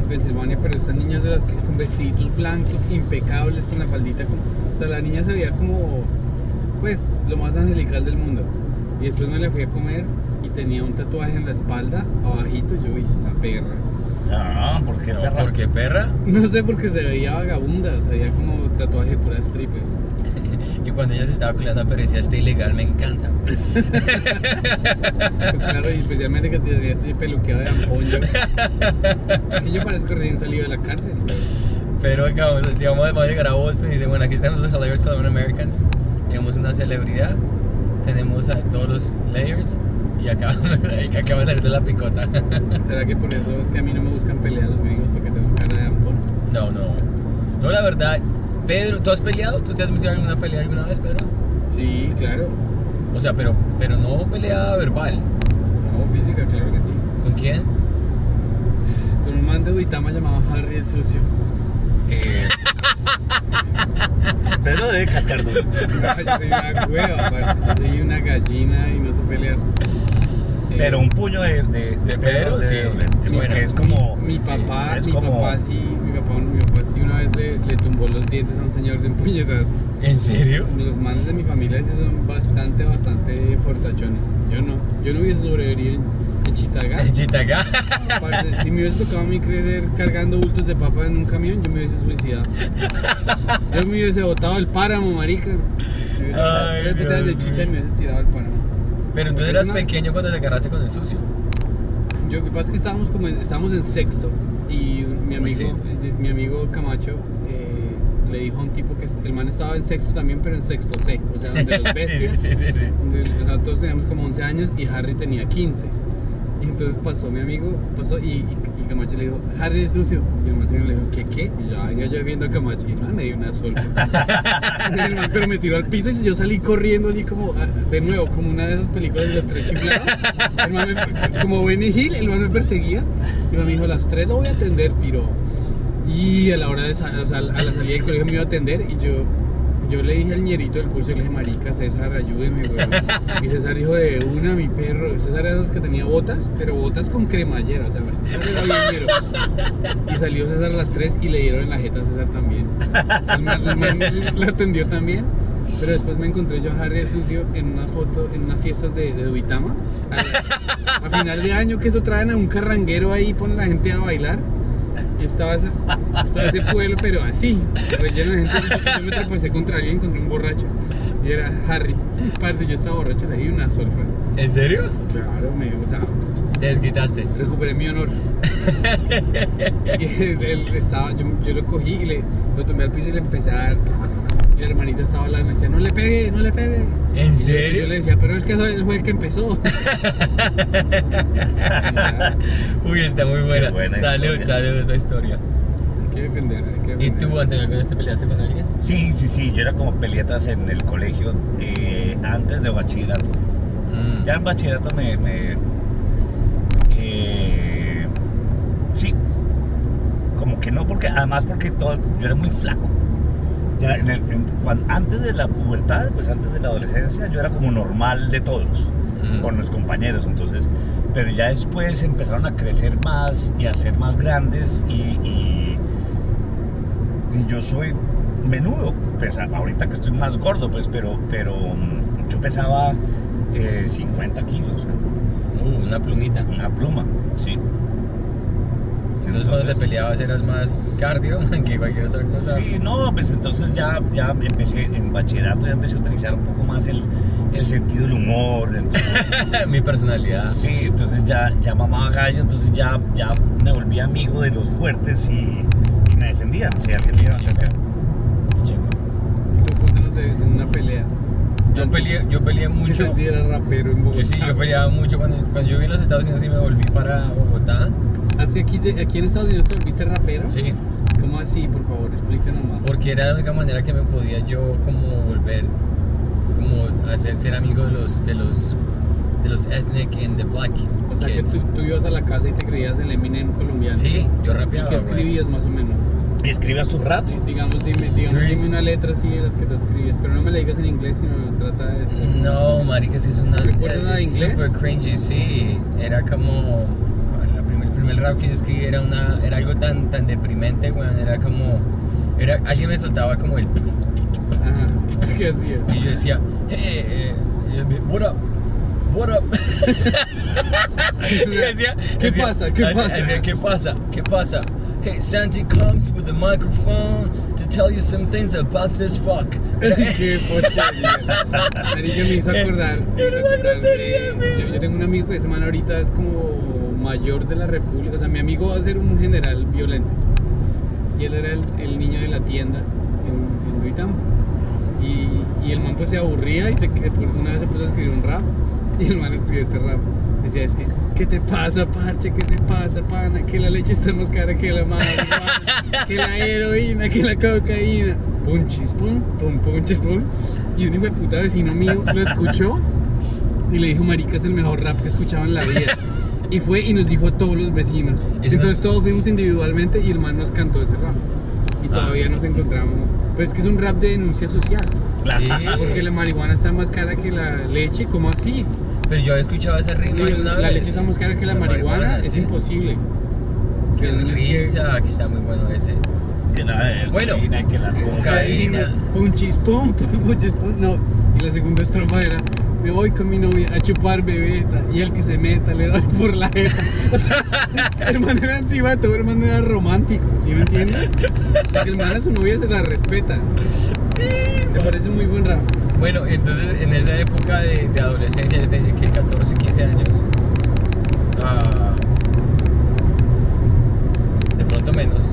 en Pensilvania, pero estas niñas de las que con vestiditos blancos, impecables, con la faldita. Con, o sea, la niña se veía como, pues, lo más angelical del mundo. Y después me la fui a comer y tenía un tatuaje en la espalda, abajito. Yo, "Uy, esta perra.
Ah, porque
No, porque perra.
No sé por qué se veía vagabunda, se veía como tatuaje de pura stripper.
Y cuando ella se estaba cuidando pero decía, está ilegal, me encanta.
Pues claro, y especialmente que tenía este peluqueado de ampollo. Es que yo parezco recién salido de la cárcel.
Pero digamos, digamos, vamos a llegar a Boston y dice, bueno, aquí están los Hilarious Colombian Americans. Tenemos una celebridad, tenemos a todos los layers y acá el que acaba de salir de la picota.
¿Será que por eso es que a mí no me buscan pelear los gringos porque tengo cara de ampón?
No, no. No, la verdad, Pedro, ¿tú has peleado? ¿Tú te has metido en alguna pelea alguna vez, Pedro?
Sí, claro.
O sea, pero, pero no pelea verbal.
No, física, claro que sí.
¿Con quién?
Con un man de Duitama llamado Harry el Sucio.
Eh, Pedro debe cascar duro.
Yo soy una hueva, parce. Yo soy una gallina y no sé pelear. Eh,
Pero un puño de, de,
¿De Pedro? Sí, sí,
sí,
bueno.
que es como.
Mi papá,
es
mi
como-
papá sí, mi papá, mi papá sí una vez le, le tumbó los dientes a un señor de un puñetazo.
¿En serio?
Los manes de mi familia sí son bastante, bastante fortachones. Yo no, yo no hubiese sobrevivido en, en Chitagá.
El Chitagá.
Parce, si me hubiese tocado a mí crecer cargando bultos de papa en un camión, yo me hubiese suicidado. Yo me hubiese botado el páramo, marica. Me hubiese dado
Ay,
Tres botellas de
Dios
chicha y
mío.
me hubiese tirado al páramo.
Pero tú
Porque
eras
es una-
pequeño cuando te agarraste con el sucio.
Yo, lo que pasa es que estábamos, como en, estábamos en sexto y un- mi
Uy,
amigo, eh, mi amigo Camacho eh, le dijo a un tipo que el man estaba en sexto también, pero en sexto C, o sea, donde los bestias.
sí, sí, sí, sí.
Entonces, o sea, todos teníamos como 11 años y Harry tenía 15. Y entonces pasó mi amigo, pasó y, y, y Camacho le dijo, Harry es sucio. Y el man se le dijo, ¿qué qué? Y yo, "Ah, venga, yo viendo a Camacho. Y el man me dio una sola. Y el man, pero me tiró al piso y yo salí corriendo así como, ah, de nuevo, como una de esas películas de los tres chiflados. El man me- como Benny Hill, el man me perseguía. Y el man me dijo, las tres lo voy a atender, piro. Y a la hora de sa- o sea, a la salida del colegio me iba a atender y yo, yo le dije al ñerito del curso, yo le dije, marica, César, ayúdeme, weón. Y César dijo, de una, mi perro. César era de los que tenía botas, pero botas con cremallera, o sea, César era bien ñero. Y salió César a las 3 y le dieron en la jeta a César también. El man, el man la atendió también. Pero después me encontré yo a Harry el Sucio en una foto, en unas fiestas de, de Duitama. A, a final de año, que eso traen a un carranguero ahí y ponen a la gente a bailar. Y estaba, esa- estaba ese pueblo, pero así, relleno de gente. Yo me tropecé contra alguien, contra un borracho. Y era Harry. Parce, yo estaba borracho, le di una solfa.
¿En serio?
Claro, me, o sea,
Te desquitaste.
recuperé mi honor. Y él, él estaba, yo, yo lo cogí y le, lo tomé al piso y le empecé a dar. Y la hermanita estaba al lado y me decía, no le pegue, no le pegue.
¿En
Y yo-
serio?
Yo le decía, pero es que él fue el que empezó. hay
Uy, está muy buena.
Qué buena
salud,
historia.
salud esa historia.
que defender, hay que
¿Y
defender.
tú, Antonio, alguna vez te peleaste con alguien?
Sí, sí, sí. Yo era como peletas en el colegio eh, antes de bachillerato.
Mm.
Ya en bachillerato me. me, eh, sí. Como que no, porque además porque todo, yo era muy flaco. Ya en el- en- cuan- antes de la pubertad, pues antes de la adolescencia, yo era como normal de todos,
Mm.
con los compañeros, entonces. Pero ya después empezaron a crecer más y a ser más grandes y, y, y yo soy menudo. Pues a- ahorita que estoy más gordo, pues, pero, pero mm, yo pesaba eh, 50 kilos. ¿no?
Uh, una plumita.
Una pluma, sí.
Entonces, cuando te peleabas eras más cardio que cualquier otra cosa.
Sí, no, pues entonces ya, ya empecé en bachillerato, ya empecé a utilizar un poco más el, el sentido del humor. Entonces,
Mi personalidad.
sí, entonces ya, ya mamaba gallo, entonces ya, ya me volví amigo de los fuertes y, y me defendía si alguien me iba a pescar.
Chico.
Tú cuéntanos de, de una pelea.
Yo peleé, yo peleé
Es que
mucho.
Santi era rapero en Bogotá.
Yo sí, yo peleaba mucho. Cuando, cuando yo vi en los Estados Unidos y me volví para Bogotá.
Ah, Es que aquí, te- aquí en Estados Unidos te volviste rapero.
Sí.
¿Cómo así? Por favor, explícanos más.
Porque era la única manera que me podía yo como volver, como hacer ser amigo de los, de los, de los ethnic and the black.
O sea, que
kids.
tú, tú ibas a la casa y te creías el Eminem colombiano.
Sí, yo
¿Y
rapeaba.
qué
bro.
escribías más o menos?
Escribía sus raps.
Digamos, dime, digamos,
Chris.
dime una letra así de las que tú escribías. Pero no me la digas en inglés, sino trata de decirlo como-
No, marica, sí es una...
¿Recuerdas la de
es
inglés?
Super cringy, sí. Era como... El primer, primer rap que yo escribí era, una, era algo tan, tan deprimente, weón. Era como... Era, alguien me soltaba como el...
Ajá. ¿Y tú qué hacías?
Y yo decía... Hey, eh, eh, what up? What up? Y decía-
¿Qué
decía-
pasa? ¿Qué
decía-
pasa?
decía, ¿Qué pasa? ¿Qué pasa? Hey, Santi comes with a microphone to tell you some things about this fuck.
Eh. Qué porquería. Marica me hizo acordar. me hizo
Era una
acordar de-
grosería, güey.
yo, yo tengo un amigo que ese man ahorita es como mayor de la República. O sea, mi amigo va a ser un general violento. Y él era el, el niño de la tienda en, en Duitama. Y, y el man pues se aburría y se, que por- una vez se puso a escribir un rap. Y el man escribió este rap. Decía, es que, ¿qué te pasa, parche? ¿Qué te pasa, pana? Que la leche está más cara que la marihuana, que la heroína, que la cocaína. Punchis, pum, pum, punchis, pum. Y un hijo de puta vecino mío lo escuchó y le dijo, marica, es el mejor rap que he escuchado en la vida. y fue y nos dijo a todos los vecinos.
Eso-
Entonces todos fuimos individualmente y el man nos cantó ese rap. Y
Ah.
todavía nos encontramos. Pero es que es un rap de denuncia social.
Sí,
Ah, Porque la marihuana está más cara que la leche, ¿cómo así?
Pero yo he escuchado ese ritmo
Ellos-
alguna
la
vez.
leche está más cara que la,
La
marihuana,
marihuana,
es
sí.
imposible.
Que el
Tienes
Ritz, ah, que está muy bueno ese.
Que la de
Bueno,
cocaína, que la coca.
Cocaína.
Punchis pum, punchis pum, no. Y la segunda estrofa era, me voy con mi novia a chupar bebeta y el que se meta le doy por la jeta. O sea, hermano era encima de todo, hermano era romántico, ¿sí me entiendes? Porque el man a su novia se la respeta. Me parece un muy buen rap.
Bueno, entonces en esa época de, de adolescencia, yo tenía que 14, 15 años. ah, de pronto menos.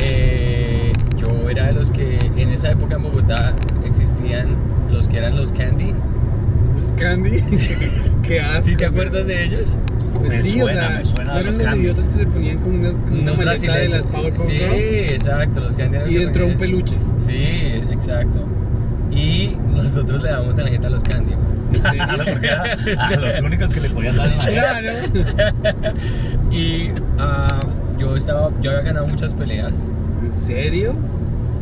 Eh, yo era de los que en esa época en Bogotá existían los que eran los candy.
Los Pues Candy, qué asco.
¿Sí te acuerdas de ellos?
Pues
Me
sí,
suena,
o sea,
me suena
no
de
eran
los
los
Candy.
idiotas que se ponían como unas, como una
Unos
maleta de
brasileños.
las Powerpuff
Sí,
Girls
exacto, los candy eran
y
los que
dentro un
ponían-
peluche.
Sí, exacto. Y nosotros le damos tarjeta a los candy. güey.
Claro, Ah, porque era a los únicos que le podían dar en la
Claro.
Y ah, yo estaba, yo había ganado muchas peleas.
¿En serio?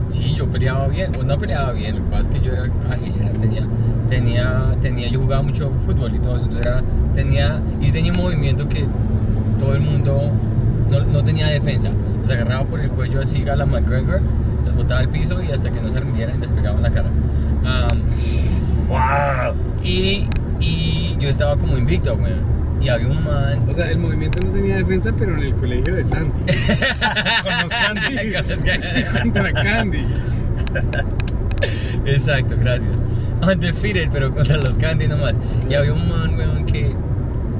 Sí, yo peleaba bien, o no peleaba bien, lo que pasa es que yo era ágil, era- tenía, tenía, tenía, yo jugaba mucho fútbol y todo eso, entonces era, tenía, y tenía un movimiento que todo el mundo no, no tenía defensa, los agarraba por el cuello así a la McGregor, los botaba al piso y hasta que no se rindieran y les pegaba en la cara. Am,
¡Wow!
y, y yo estaba como invicto, güey, y había un man...
O sea, el movimiento no tenía defensa, pero en el colegio de Santi.
Con los candy.
Contra Candy.
Exacto, gracias. Undefeated, pero contra los Candy nomás. Y había un man, weón, que,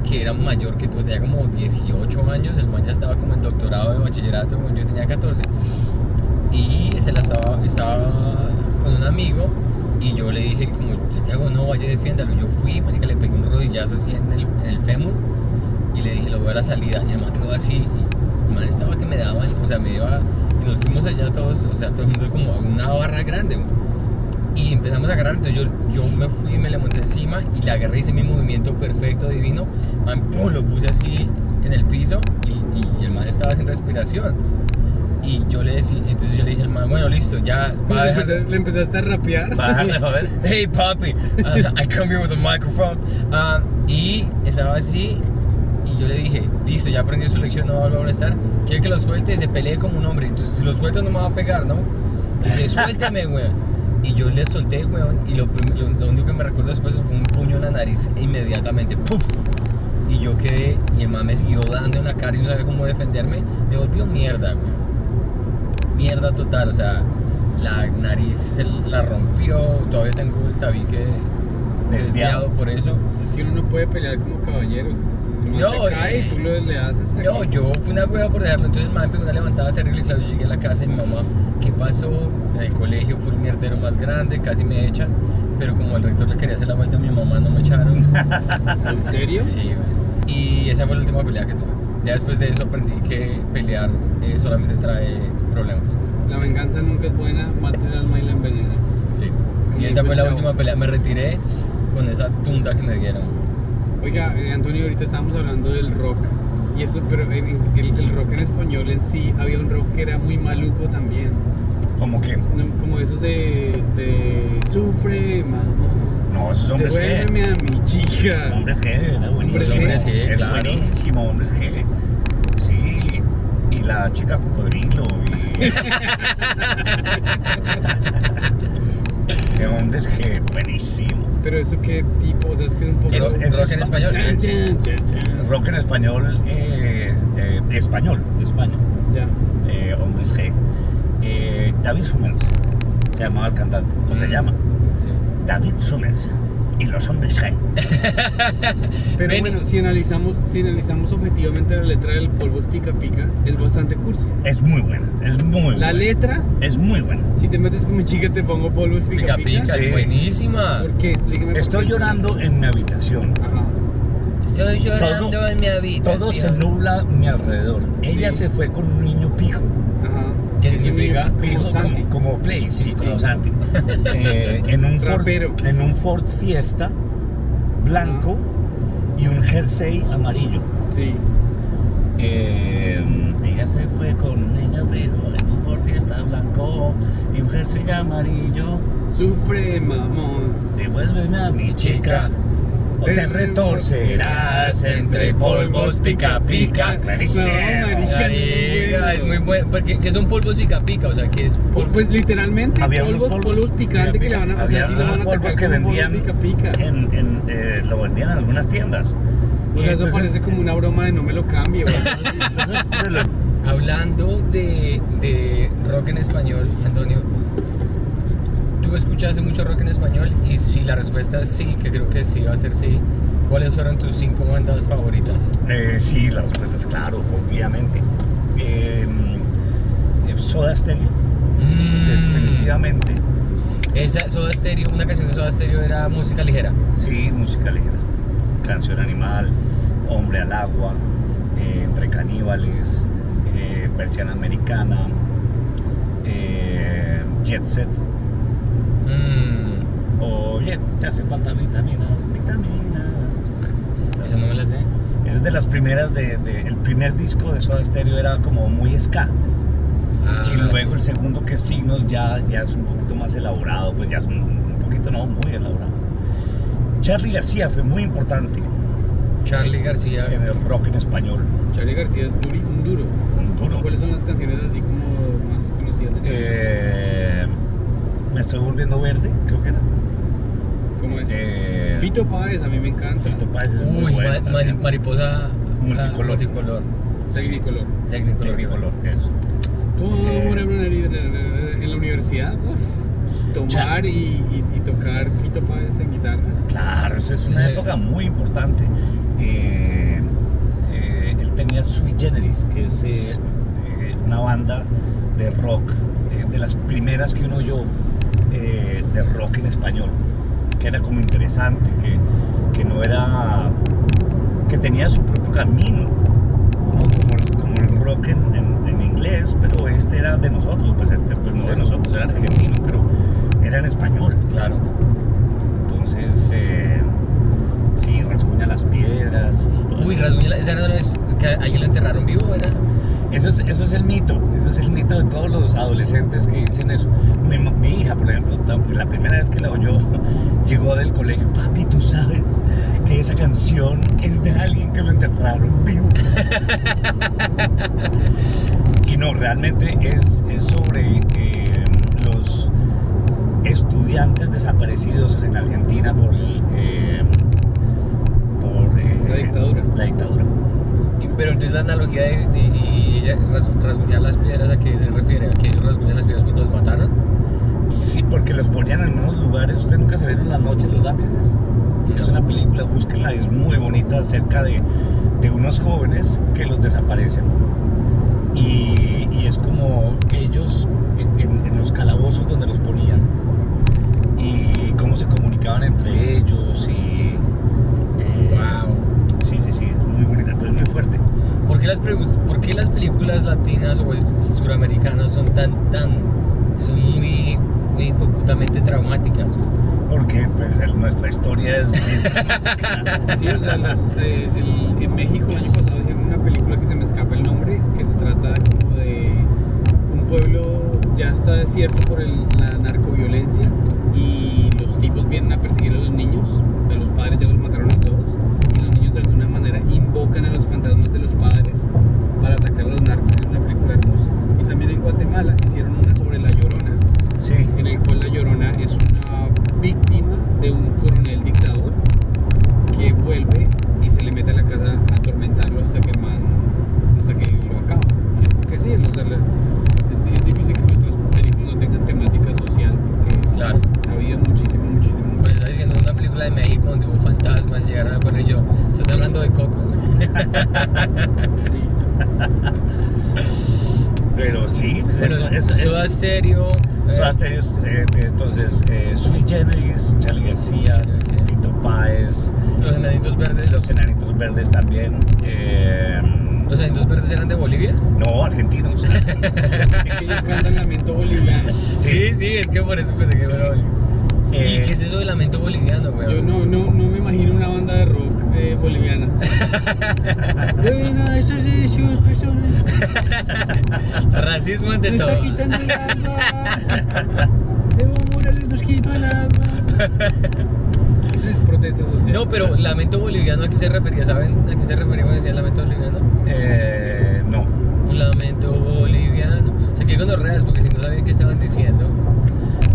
que era mayor que tú, tenía como 18 años, el man ya estaba como en doctorado de bachillerato, weón, yo tenía 14. Y se la estaba, estaba con un amigo y yo le dije, como, Santiago, no, vaya, defiéndalo. Yo fui, marica, le pegué un rodillazo así en el, en el fémur y le dije, lo veo a la salida. Y el man quedó así, y el man estaba que me daban, o sea, me iba, y nos fuimos allá todos, o sea, todo el mundo como a una barra grande, weón y empezamos a agarrar. Entonces yo, yo me fui y me le monté encima y le agarré, hice mi movimiento perfecto, divino. Man, ¡pum! lo puse así en el piso y, y el man estaba sin respiración. Y yo le decía, entonces yo le dije al man, bueno, listo, ya va a
Le,
dejar.
empecé- le empezaste a rapear.
Bajarle, a ver.
Hey papi, uh, I come here with a microphone. Ah, y estaba así y yo le dije, listo, ya aprendió su lección, no va a volver a molestar. Quiero que lo suelte y se pelee como un hombre. Entonces, si lo suelto no me va a pegar, ¿no? Y dice, suéltame, weón. Y yo le solté, weón, y lo, prim- lo- lo único que me recuerdo después fue un puño en la nariz e inmediatamente, ¡puf! Y yo quedé, y el man me siguió dando en la cara y no sabía cómo defenderme. Me volvió mierda, weón mierda total, o sea, la nariz se la rompió, todavía tengo el tabique desviado,
Desviado.
por eso.
Es que uno no puede pelear como caballeros.
No, eh.
No, se cae y tú lo, le das hasta
No,
aquí.
yo fui una hueva por dejarlo, entonces el man pegó una levantada terrible, claro, yo llegué a la casa y mi mamá, ¿qué pasó? En el colegio fue el mierdero más grande, casi me echan, pero como el rector le quería hacer la vuelta a mi mamá, no me echaron.
¿En serio?
Sí, güey. Y esa fue la última pelea que tuve. Ya después de eso aprendí que pelear eh, solamente trae problemas.
La venganza nunca es buena, mata el alma y la envenena.
Sí.
Como
Y esa
dijo
fue
el
la
chavo.
última pelea. Me retiré con esa tunda que me dieron.
Oiga, eh, Antonio, ahorita estábamos hablando del rock. Y eso, pero en- en- el, el rock en español en sí, había un rock que era muy maluco también.
Como que.
No, Como esos de, de sufre, mamá.
No, esos hombres que.
Devuélveme a mi chica.
Hombres G, era buenísimo.
Hombres
G,
es
claro.
buenísimo, hombres G. Sí, y la chica cocodrilo. Y... de hombres G, buenísimo.
Pero eso qué tipo, o sea, es que es un poco...
Quiero
Ese es
rock en
pa-
español.
Chan, chan, chan, chan.
Rock en español, eh, eh, español, de España.
Ya.
eh, hombres G. Eh, David Summers se llamaba el cantante, o se
Mm.
llama
Sí.
David Summers y los hombres G.
Pero
Ven.
bueno, si analizamos, si analizamos objetivamente la letra del polvo es pica pica, es bastante cursi.
Es muy buena, es muy buena.
La letra,
es muy buena.
si te metes con mi chica te pongo polvo es pica
Pica
pica.
pica,
sí.
es buenísima.
¿Por qué? Explíqueme. por
Estoy
qué.
llorando en mi habitación.
Ajá.
Estoy llorando
Todo-
en mi habitación.
Todo se nubla a mi alrededor. Ella
Sí.
se fue con un niño pijo.
Ajá.
¿Qué
Es un
significa?
niño
Pijo
Como
como,
Santi.
como Play, sí,
Sí.
como Santi. Eh, en, un Ford,
Rapero.
en un Ford Fiesta blanco y un jersey amarillo.
Sí.
Eh, ella se fue con un niño abrigo en un Ford Fiesta blanco y un jersey amarillo.
Sufre, mamón.
Devuélveme a mi chica. O te
Te
retorcerás entre polvos pica pica.
No,
Clarísimo.
marica.
Marica, es muy bueno, porque que son polvos pica pica, o sea, que es
Por- pues literalmente
Había unos
polvos,
polvos-
polvos picantes que le van a o sea,
había
sí le van a
unos polvos
atacar con
que
polvo
vendían
pica pica.
En- en, eh, lo vendían en algunas tiendas.
O
Y
sea, eso
entonces-
parece como una broma de no me lo cambie, güey.
Entonces, pues, se lo-
Hablando de, de rock en español, Antonio, ¿tú escuchaste mucho rock en español? Y si la respuesta es sí, que creo que sí va a ser sí, ¿cuáles fueron tus cinco bandas favoritas?
Eh, sí, la respuesta es claro, obviamente. Eh, eh, soda Stereo,
Mm,
definitivamente.
Esa Soda Stereo, una canción de Soda Stereo era música ligera.
Sí, música ligera. Canción animal, hombre al agua, eh, entre caníbales, eh, persiana americana, eh, jet set.
Mm,
Oye, te hacen falta vitaminas, vitaminas.
esa no me la sé.
Es de las primeras, de, de- el primer disco de Soda Stereo era como muy ska.
Ah,
Y luego el
sí.
segundo que es signos ya, ya es un poquito más elaborado, pues ya es un, un poquito, no, muy elaborado. Charlie García fue muy importante
Charlie García.
en el rock en español.
Charlie García es duri- un duro.
Un duro.
¿Cuáles son las canciones así como más conocidas de Charlie García?
Eh, me estoy volviendo verde, creo que era.
¿Cómo es?
Eh,
Fito Páez, a mí me encanta.
Fito Páez es muy
Uy,
bueno
ma-
también.
ma- mariposa ah,
Multicolor.
multicolor.
Tecnicolor.
Tecnicolor.
Tecnicolor, eso.
Todo
Eh.
amor era una herida. en la universidad, uf, tomar y, y- y tocar Fito Páez en guitarra.
Claro, eso es una
Eh.
época muy importante. Eh, eh, él tenía Sui Generis, que es eh, eh, una banda de rock, eh, de las primeras que uno oyó eh, de rock en español, que era como interesante, que, que no era. que tenía su propio camino, ¿no? como, el- como el rock en, en- en inglés, pero este era de nosotros, pues este pues no de nosotros, era argentino, pero era en español.
Claro.
Entonces, eh, sí, rasguña las piedras. todo
Uy,
eso.
Rasguña, esa no es que alguien lo enterraron vivo, ¿era?
Eso es, eso es el mito, eso es el mito de todos los adolescentes que dicen eso. Mi, ma- mi hija, por ejemplo, ta- la primera vez que la oyó, llegó del colegio, papi, tú sabes que esa canción es de alguien que lo enterraron vivo. y no, realmente es, es sobre eh, los estudiantes desaparecidos en Argentina por, el, eh, por eh,
La dictadura.
La dictadura.
Y- Pero entonces la analogía de, de- y ella ras- rasguñar las piedras, ¿a qué se refiere? ¿A que ellos rasguñan las piedras cuando los mataron?
Sí, porque los ponían en unos lugares. Usted nunca se ve en las noches los lápices. Es una película, búsquenla, es muy bonita, acerca de, de unos jóvenes que los desaparecen. Y, y es como ellos en, en- en los calabozos donde los ponían. Y cómo se comunicaban entre ellos. Y, eh,
Wow.
Sí, sí, sí, es muy bonita, pero es muy fuerte.
¿Por qué las, pregu- por qué las películas latinas o pues, suramericanas son tan, tan, son muy, muy completamente traumáticas?
Porque pues, el- nuestra historia es bien-
Sí, o sea, las, eh, el- en México el año pasado hicieron una película que se me escapa el nombre, que se trata como de un pueblo ya está desierto por el- la narcoviolencia y los tipos vienen a perseguir a los niños, a los padres ya los mataron a todos y los niños de alguna manera invocan a los fantasmas de los padres para atacar a los narcos, es una película hermosa. Y también en Guatemala hicieron una sobre La Llorona,
Sí,
en el cual la Llorona es una víctima de un coronel dictador que vuelve y se le mete a la casa a atormentarlo hasta que el man, hasta que lo acaba. Y es porque sí, o sea, la- es, es difícil que nuestras películas no tengan temática social porque
Claro.
ha habido muchísimo, muchísimo.
Por eso Pues estás diciendo una película de México donde hubo fantasmas, llegaron a poner yo. Estás hablando de Coco.
Sí.
pero sí, pues, eso- eso- eso-
Soda Stereo. eh,
Soda Stereo, eh, entonces, eh, Sui Generis, Charlie García,
Charlie García.
Fito Páez,
Los Enanitos Verdes.
los Enanitos Verdes también. eh,
Los Enanitos Verdes eran de Bolivia.
no, argentinos.
Es que ellos cantan lamento boliviano.
Sí.
sí, es que por eso pensé que
Sí.
era Bolivia. ¿Y
Eh,
qué es eso de lamento boliviano, weón?
Yo no, no, no me imagino una banda de rock eh, boliviana. bueno, eso sí, de sus personas.
Racismo ante
Me
todo.
está quitando el agua. Debo Morales nos quitó el agua. Eso es protesta social.
No, pero lamento boliviano, ¿a qué se refería? ¿Saben a qué se refería cuando decía lamento boliviano?
eh, no.
Un lamento boliviano. O sea, que gonorreas, porque si no sabían qué estaban diciendo.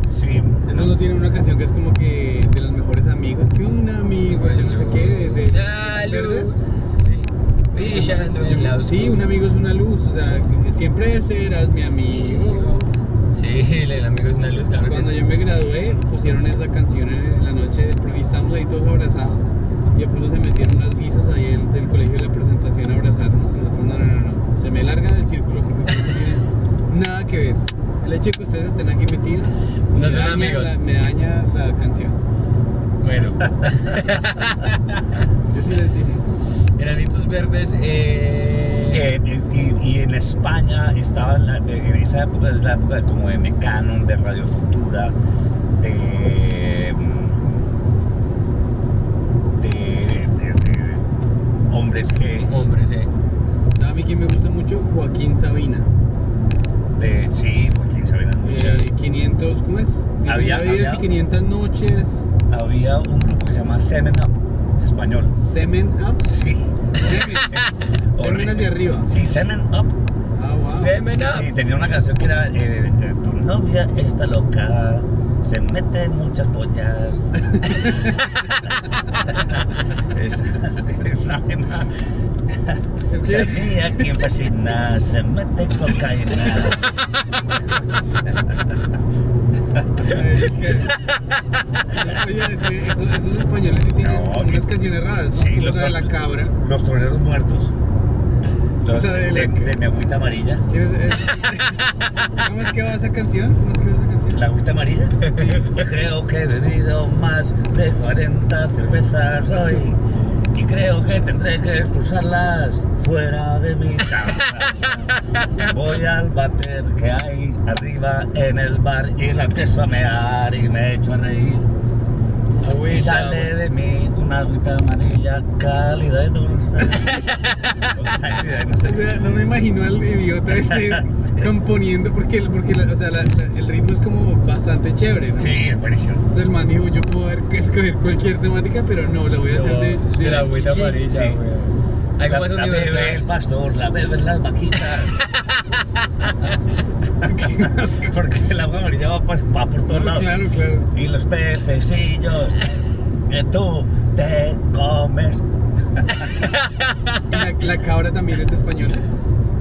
Sí.
Eh,
Eso no tiene una canción que es como que de los mejores amigos. Que un amigo, yo no sé qué, de. de-
pues, La
¿Verdes?
luz. Sí. Brillando en la
Sí, un amigo es una luz, o sea, que siempre serás mi amigo.
Sí, el amigo es una luz, claro. que
Cuando
sí.
yo me gradué, pusieron esa canción en la noche del pro- y estábamos ahí todos abrazados. Y de pronto se metieron unas guisas ahí del, del colegio de la presentación a abrazarnos. Y nosotros, no, no, no, no, se me larga del círculo porque eso no tiene nada que ver. El hecho de que ustedes estén aquí metidos
No
me,
son
daña
amigos.
la, me daña la canción.
Bueno,
Yo sí les dije.
enanitos verdes. Eh...
Eh, y, y- y en España estaba la- en esa época, es la época como de Mecano, de Radio Futura, de, mm, de, de- de hombres que,
Hombres, eh.
¿Sabe a mí quién me gusta mucho? Joaquín Sabina.
de, sí, Joaquín Sabina es muy
Eh,
chévere.
500, ¿cómo es? 19
Había-
días
había-
y 500 noches.
Había un grupo que se llama Semen Up, español.
Semen up.
Sí.
Semen. Semen
Horrible.
hacia arriba.
Sí, Semen Up.
Ah, wow.
Semen up.
Sí, tenía una canción que era eh, eh, Tu novia está loca, se mete muchas pollas. Esa sí, es una pena.
Es
Se
que
ría quien fascina, se mete cocaína.
Oye, es que esos, esos españoles sí tienen
No,
unas
que-
canciones raras.
Sí,
¿no?
los
Esa de la
tor-
cabra.
Los toreros muertos. Los
Esa de
de,
la-
de mi agüita amarilla.
¿Tienes- es- eh? ¿Cómo es que va esa canción? ¿Cómo es que va esa canción?
¿La agüita amarilla?
Sí.
Yo pues creo que he bebido más de 40 cervezas hoy y creo que tendré que expulsarlas fuera de mi casa. Voy al bater que hay arriba en el bar y la empiezo a mear y me echo a reír. Y sale de mí una agüita amarilla cálida y dulce. Cálida y no
O
sé.
sea, no me imagino al idiota ese componiendo porque, el- porque la- o sea, la- la- el ritmo es como bastante chévere, ¿no?
Sí, es buenísimo.
Entonces el man dijo, yo puedo haber- escoger cualquier temática, pero no, la voy a hacer de,
de la agüita
chichi.
amarilla,
sí.
weón. Algo
La,
más
la bebe el
universal.
pastor, la beben las vaquitas.
Qué asco.
Porque el agua amarilla va, pa- va por todos lados.
Claro, claro.
Y los pececillos que tú te comes.
Y la, la cabra también es de españoles.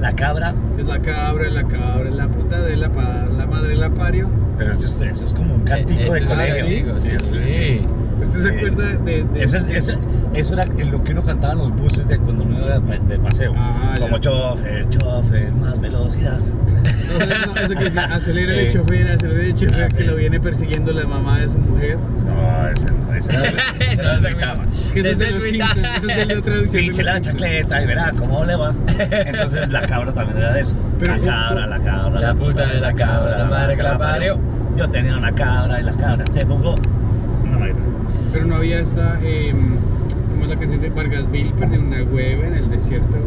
La cabra.
Es la cabra, la cabra, la puta de la, pa- la madre la pario.
Pero eso, es- eso es como un cántico
Eh, Eso
de
es
colegio.
antiguo, sí.
Eso es-
¿Usted se
Sí.
acuerda de, de-
Eso, es- eso- eso era lo que uno cantaba en los buses de cuando uno era de, de paseo.
Ah, ya.
como chofer, chofer, más velocidad.
No, no, no, eso que dice, acelera el
Eh.
chofer, acelera el
Ah,
chofer, que
sí.
lo viene persiguiendo la mamá de su mujer.
No, ese no, ese era. ese
No, ese
era el Duitama.
güey.
Es que eso es de
Desde
los
el
Simpsons, eso es de la traducción de
Pinche
los
la
Simpsons.
chacleta y verá cómo le va. Entonces la cabra también era de eso.
Pero
la
¿cómo-
cabra, la cabra,
La puta de la cabra, la madre que la parió.
Yo tenía una cabra y la cabra se fugó. No, no, no.
Pero no había esa, em, ¿cómo es la canción de Vargas Bill? Perdí una hueva en el desierto.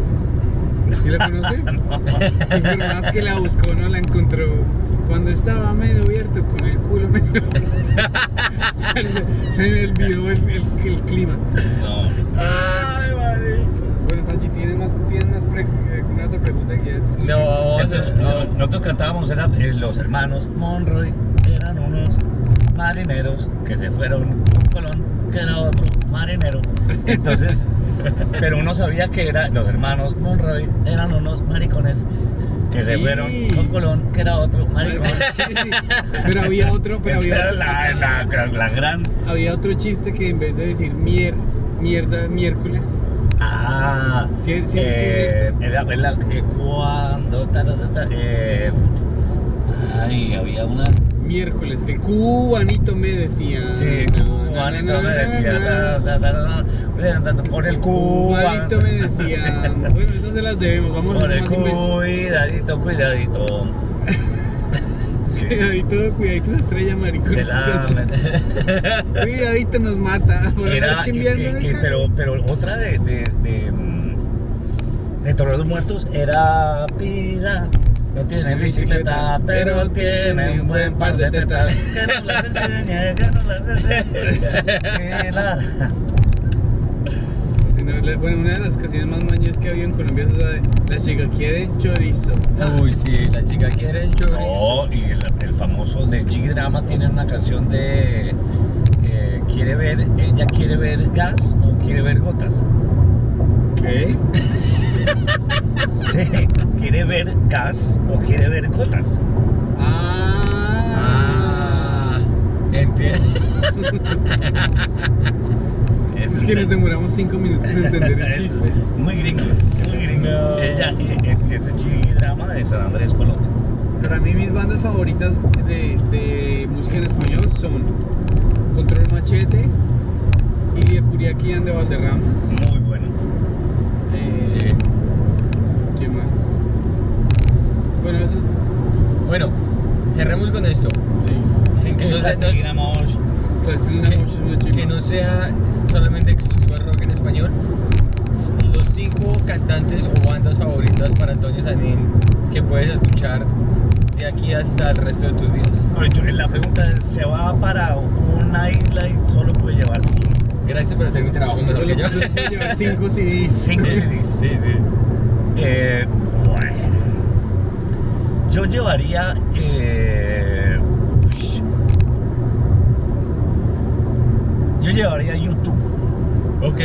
¿Sí la conoce? Y Por más que la buscó, no la encontró. Cuando estaba medio abierto, con el culo medio abierto, se, se me olvidó el, el, el clímax.
Ay, madre.
Bueno, Sanchi, ¿tienes, más, tienes más pre- eh, una otra pregunta que quieras?
No, vamos a
Entonces, no, Nosotros cantábamos, era, eh, los hermanos Monroy eran unos marineros que se fueron con Colón, que era otro marinero. Entonces, pero uno sabía que era, los hermanos Monroy eran unos maricones que se
Sí.
fueron con Colón, que era otro maricón.
Sí, sí. Pero había otro, pero
Esa
había
era
otro,
la, la- la gran.
había otro chiste que en vez de decir mier, mierda, miércoles,
Ah,
Sí, sí, sí,
eh, era, era, eh, cuando. ta, ta, ta, ta, eh, ay, había una.
miércoles, que el cubanito me decía.
Sí,
na, na, na,
cubanito me
na,
decía.
na,
ta,
na.
ta, ta, ta, voy andando Por el cuba.
Cubanito me decía. Bueno, esas se las debemos, vamos a
Por
hacer
el
más imbéciles.
cuidadito, cuidadito. Sí,
Cuidadito, cuidadito esa estrella, maricón.
Se la-
Cuidadito nos mata. Por
Era-
andar chimbeando
eh,
en el
eh,
carro.
pero, pero otra de, de, de, mm, de Toreros Muertos era pila. No tiene bicicleta, pero tiene un buen par de tetas. Que no las enseñe, que no las enseñe. Pila.
Pues Si no, la- bueno, una de las canciones más mañas que había en Colombia es la de Las chicas quieren chorizo.
Uy, sí, la chica quiere el chorizo.
No, y el, el famoso de G Drama tiene una canción de eh, quiere ver, ella quiere ver gas o quiere ver gotas.
¿Qué?
Sí, quiere ver gas o quiere ver gotas.
Ah.
Ah, entiendo.
Es que nos demoramos 5 minutos en entender el
Es
chiste.
Muy gringo, muy gringo.
No.
Ella, eh, eh, ese G Drama de San Andrés, Colombia.
Para mí mis bandas favoritas de, de música en español son Control Machete, Iria Curiaqui and de Valderramas.
Muy bueno.
Eh,
Sí.
¿Qué más? Bueno, eso
Bueno, cerremos con esto.
es... Sí.
Sin que, no sea- no-
digamos,
Plastilina Mosh es una
que no
chimba.
sea solamente exclusivo al rock en español. Los cinco cantantes o bandas favoritas para Antonio Sanín que puedes escuchar de aquí hasta el resto de tus días.
la pregunta es, ¿se va para una isla y solo puede llevar cinco?
Gracias por hacer mi trabajo
Yo
mejor
solo
que yo.
puse- puedo llevar 5 CDs.
Cinco CDs.
Sí, sí.
Eh, bueno. Yo llevaría. eh, yo llevaría YouTube.
Ok.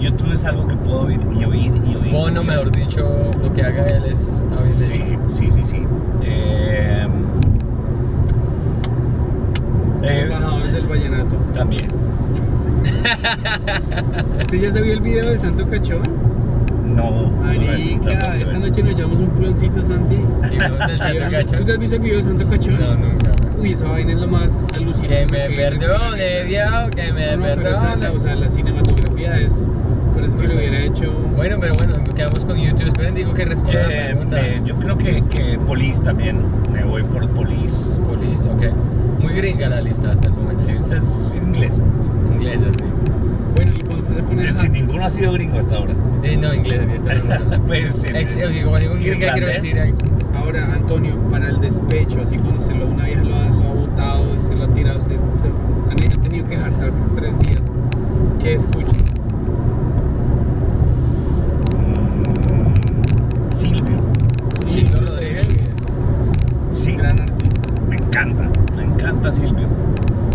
YouTube es algo que puedo oír y oír y oír.
Bono,
y
mejor
oír.
dicho, lo que haga él es está bien
Sí,
hecho.
sí, sí, sí. Eh, eh,
Embajadores del vallenato.
también.
¿Usted ya se vio el video del Santo Cachón?
No.
Marica, esta noche nos llevamos un ploncito, Santi.
Y vamos al Santo Cacho.
¿Tú te has visto el video de Santo Cachón?
No, nunca.
Uy, esa vaina es lo más
Que
alucinante.
me perdone, Dios, que
No,
me
no, pero esa, la, o
perdone.
sea, la cinematografía de eso. Por eso que lo hubiera hecho.
Bueno, pero bueno, quedamos con YouTube. Esperen, digo que responda la
Eh,
pregunta.
eh, yo creo que, que Police también. Me voy por Police.
Police, ok. Muy gringa la lista hasta el momento.
Ese es inglés.
Inglesa, sí.
Bueno, y cuando usted se pone.
Si ninguno ha sido gringo hasta ahora.
Sí, no, inglesa, sí, está hermosa.
pues, en-
Ex, digo, cuando digo gringa quiero
¿Irlandés?
decir algo.
Ahora, Antonio, para el despecho, así cuando se lo, una vieja lo ha, lo ha botado, se lo ha tirado, se, se- han, han tenido que jartar por tres días. Que escuchen.
Mm, Silvio.
Silvio Rodríguez.
Sí,
Gran artista.
me encanta. Me encanta Silvio.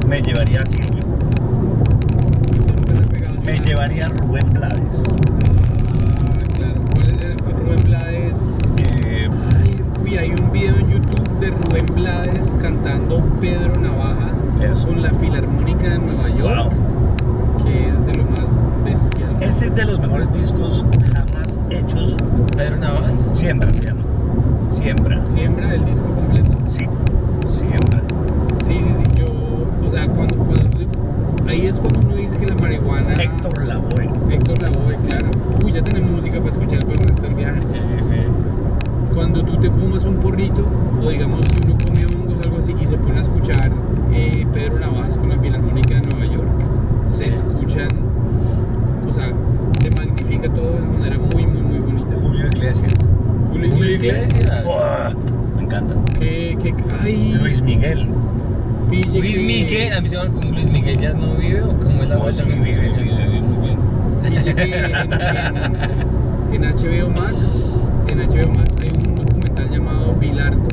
Me llevaría a Silvio.
Eso nunca se ha pegado,
Me
Jonathan.
llevaría a Rubén Blades.
Ah, claro. ¿Cuál es el con Rubén Blades?
Eh,
Ay, uy, hay un video en YouTube de Rubén Blades cantando Pedro Navajas
Eso.
con la Filarmónica de Nueva York,
wow.
que es de lo más bestial.
Ese es de los mejores discos jamás hechos.
Pedro Navajas.
Siembra se llama. Siembra.
Siembra el disco completo.
Sí. Siembra.
Sí, sí, sí. Yo, o sea, cuando, cuando- ahí es cuando uno dice que la marihuana.
Héctor Lavoe.
Héctor Lavoe, claro. Uy, ya tenemos música para escuchar para el resto del viaje.
Sí, sí.
cuando tú te fumas un porrito, o digamos si uno come hongos o algo así, y se pone a escuchar eh, Pedro Navajas con la Filarmónica de Nueva York, se escuchan, o sea, se magnifica todo de una manera muy, muy, muy bonita.
Julio Iglesias.
Julio Iglesias,
Buah, me encanta.
que, que, ay,
Luis Miguel.
pille
Luis
que-
Miguel, a mí se me olvidó, Luis Miguel ya no vive o cómo es Pues la
No,
vuelta
sí,
con Luis
vive,
Miguel?
vive, vive muy bien.
Dice que en, en- en HBO Max, en HBO Max hay un documental llamado Bilardo,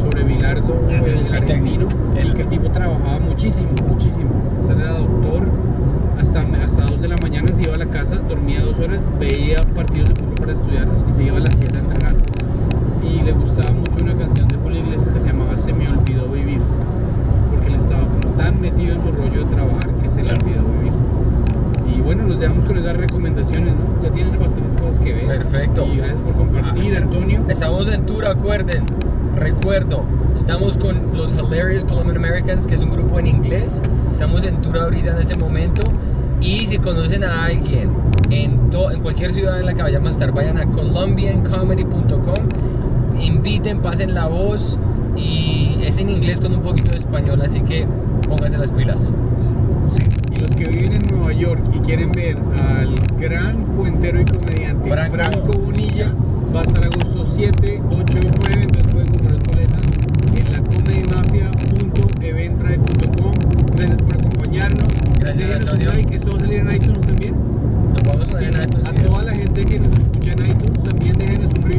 sobre Bilardo, el, el
el
argentino,
técnico.
el que el tipo trabajaba muchísimo, muchísimo. O sea, era doctor, hasta, hasta 2 de la mañana se iba a la casa, dormía dos horas, veía partidos de fútbol para estudiarlos y se iba a las 7 a entrenar. Y le gustaba mucho una canción de Julio Iglesias que se llamaba Se me olvidó vivir, porque él estaba como tan metido en su rollo de trabajar que se le
Claro.
olvidó vivir. Y bueno, los dejamos con esas recomendaciones, ¿no? Ya tienen bastantes cosas que ver.
Perfecto.
Y gracias por compartir, Antonio.
Estamos en tour, acuerden. Recuerdo, estamos con los Hilarious Colombian Americans, que es un grupo en inglés. Estamos en tour ahorita en ese momento. Y si conocen a alguien en, to- en cualquier ciudad en la que vayamos a estar, vayan a colombiancomedy.com. Inviten, pasen la voz. y es en inglés con un poquito de español, así que pónganse las pilas.
Sí.
Ah.
Y los que viven en Nueva York y quieren ver al gran cuentero y comediante
Franco.
Franco, Bonilla, va a estar agosto 7, 8 y 9. Entonces pueden comprar sus boletas en la comedymafia.eventbrite.com. Gracias por acompañarnos.
Gracias,
Déjenos un
Antonio.
like. Eso va a salir en iTunes también.
Nos vamos a poner
Sí,
en iTunes,
a
sí.
toda la gente que nos escucha en iTunes, también déjenos un pues.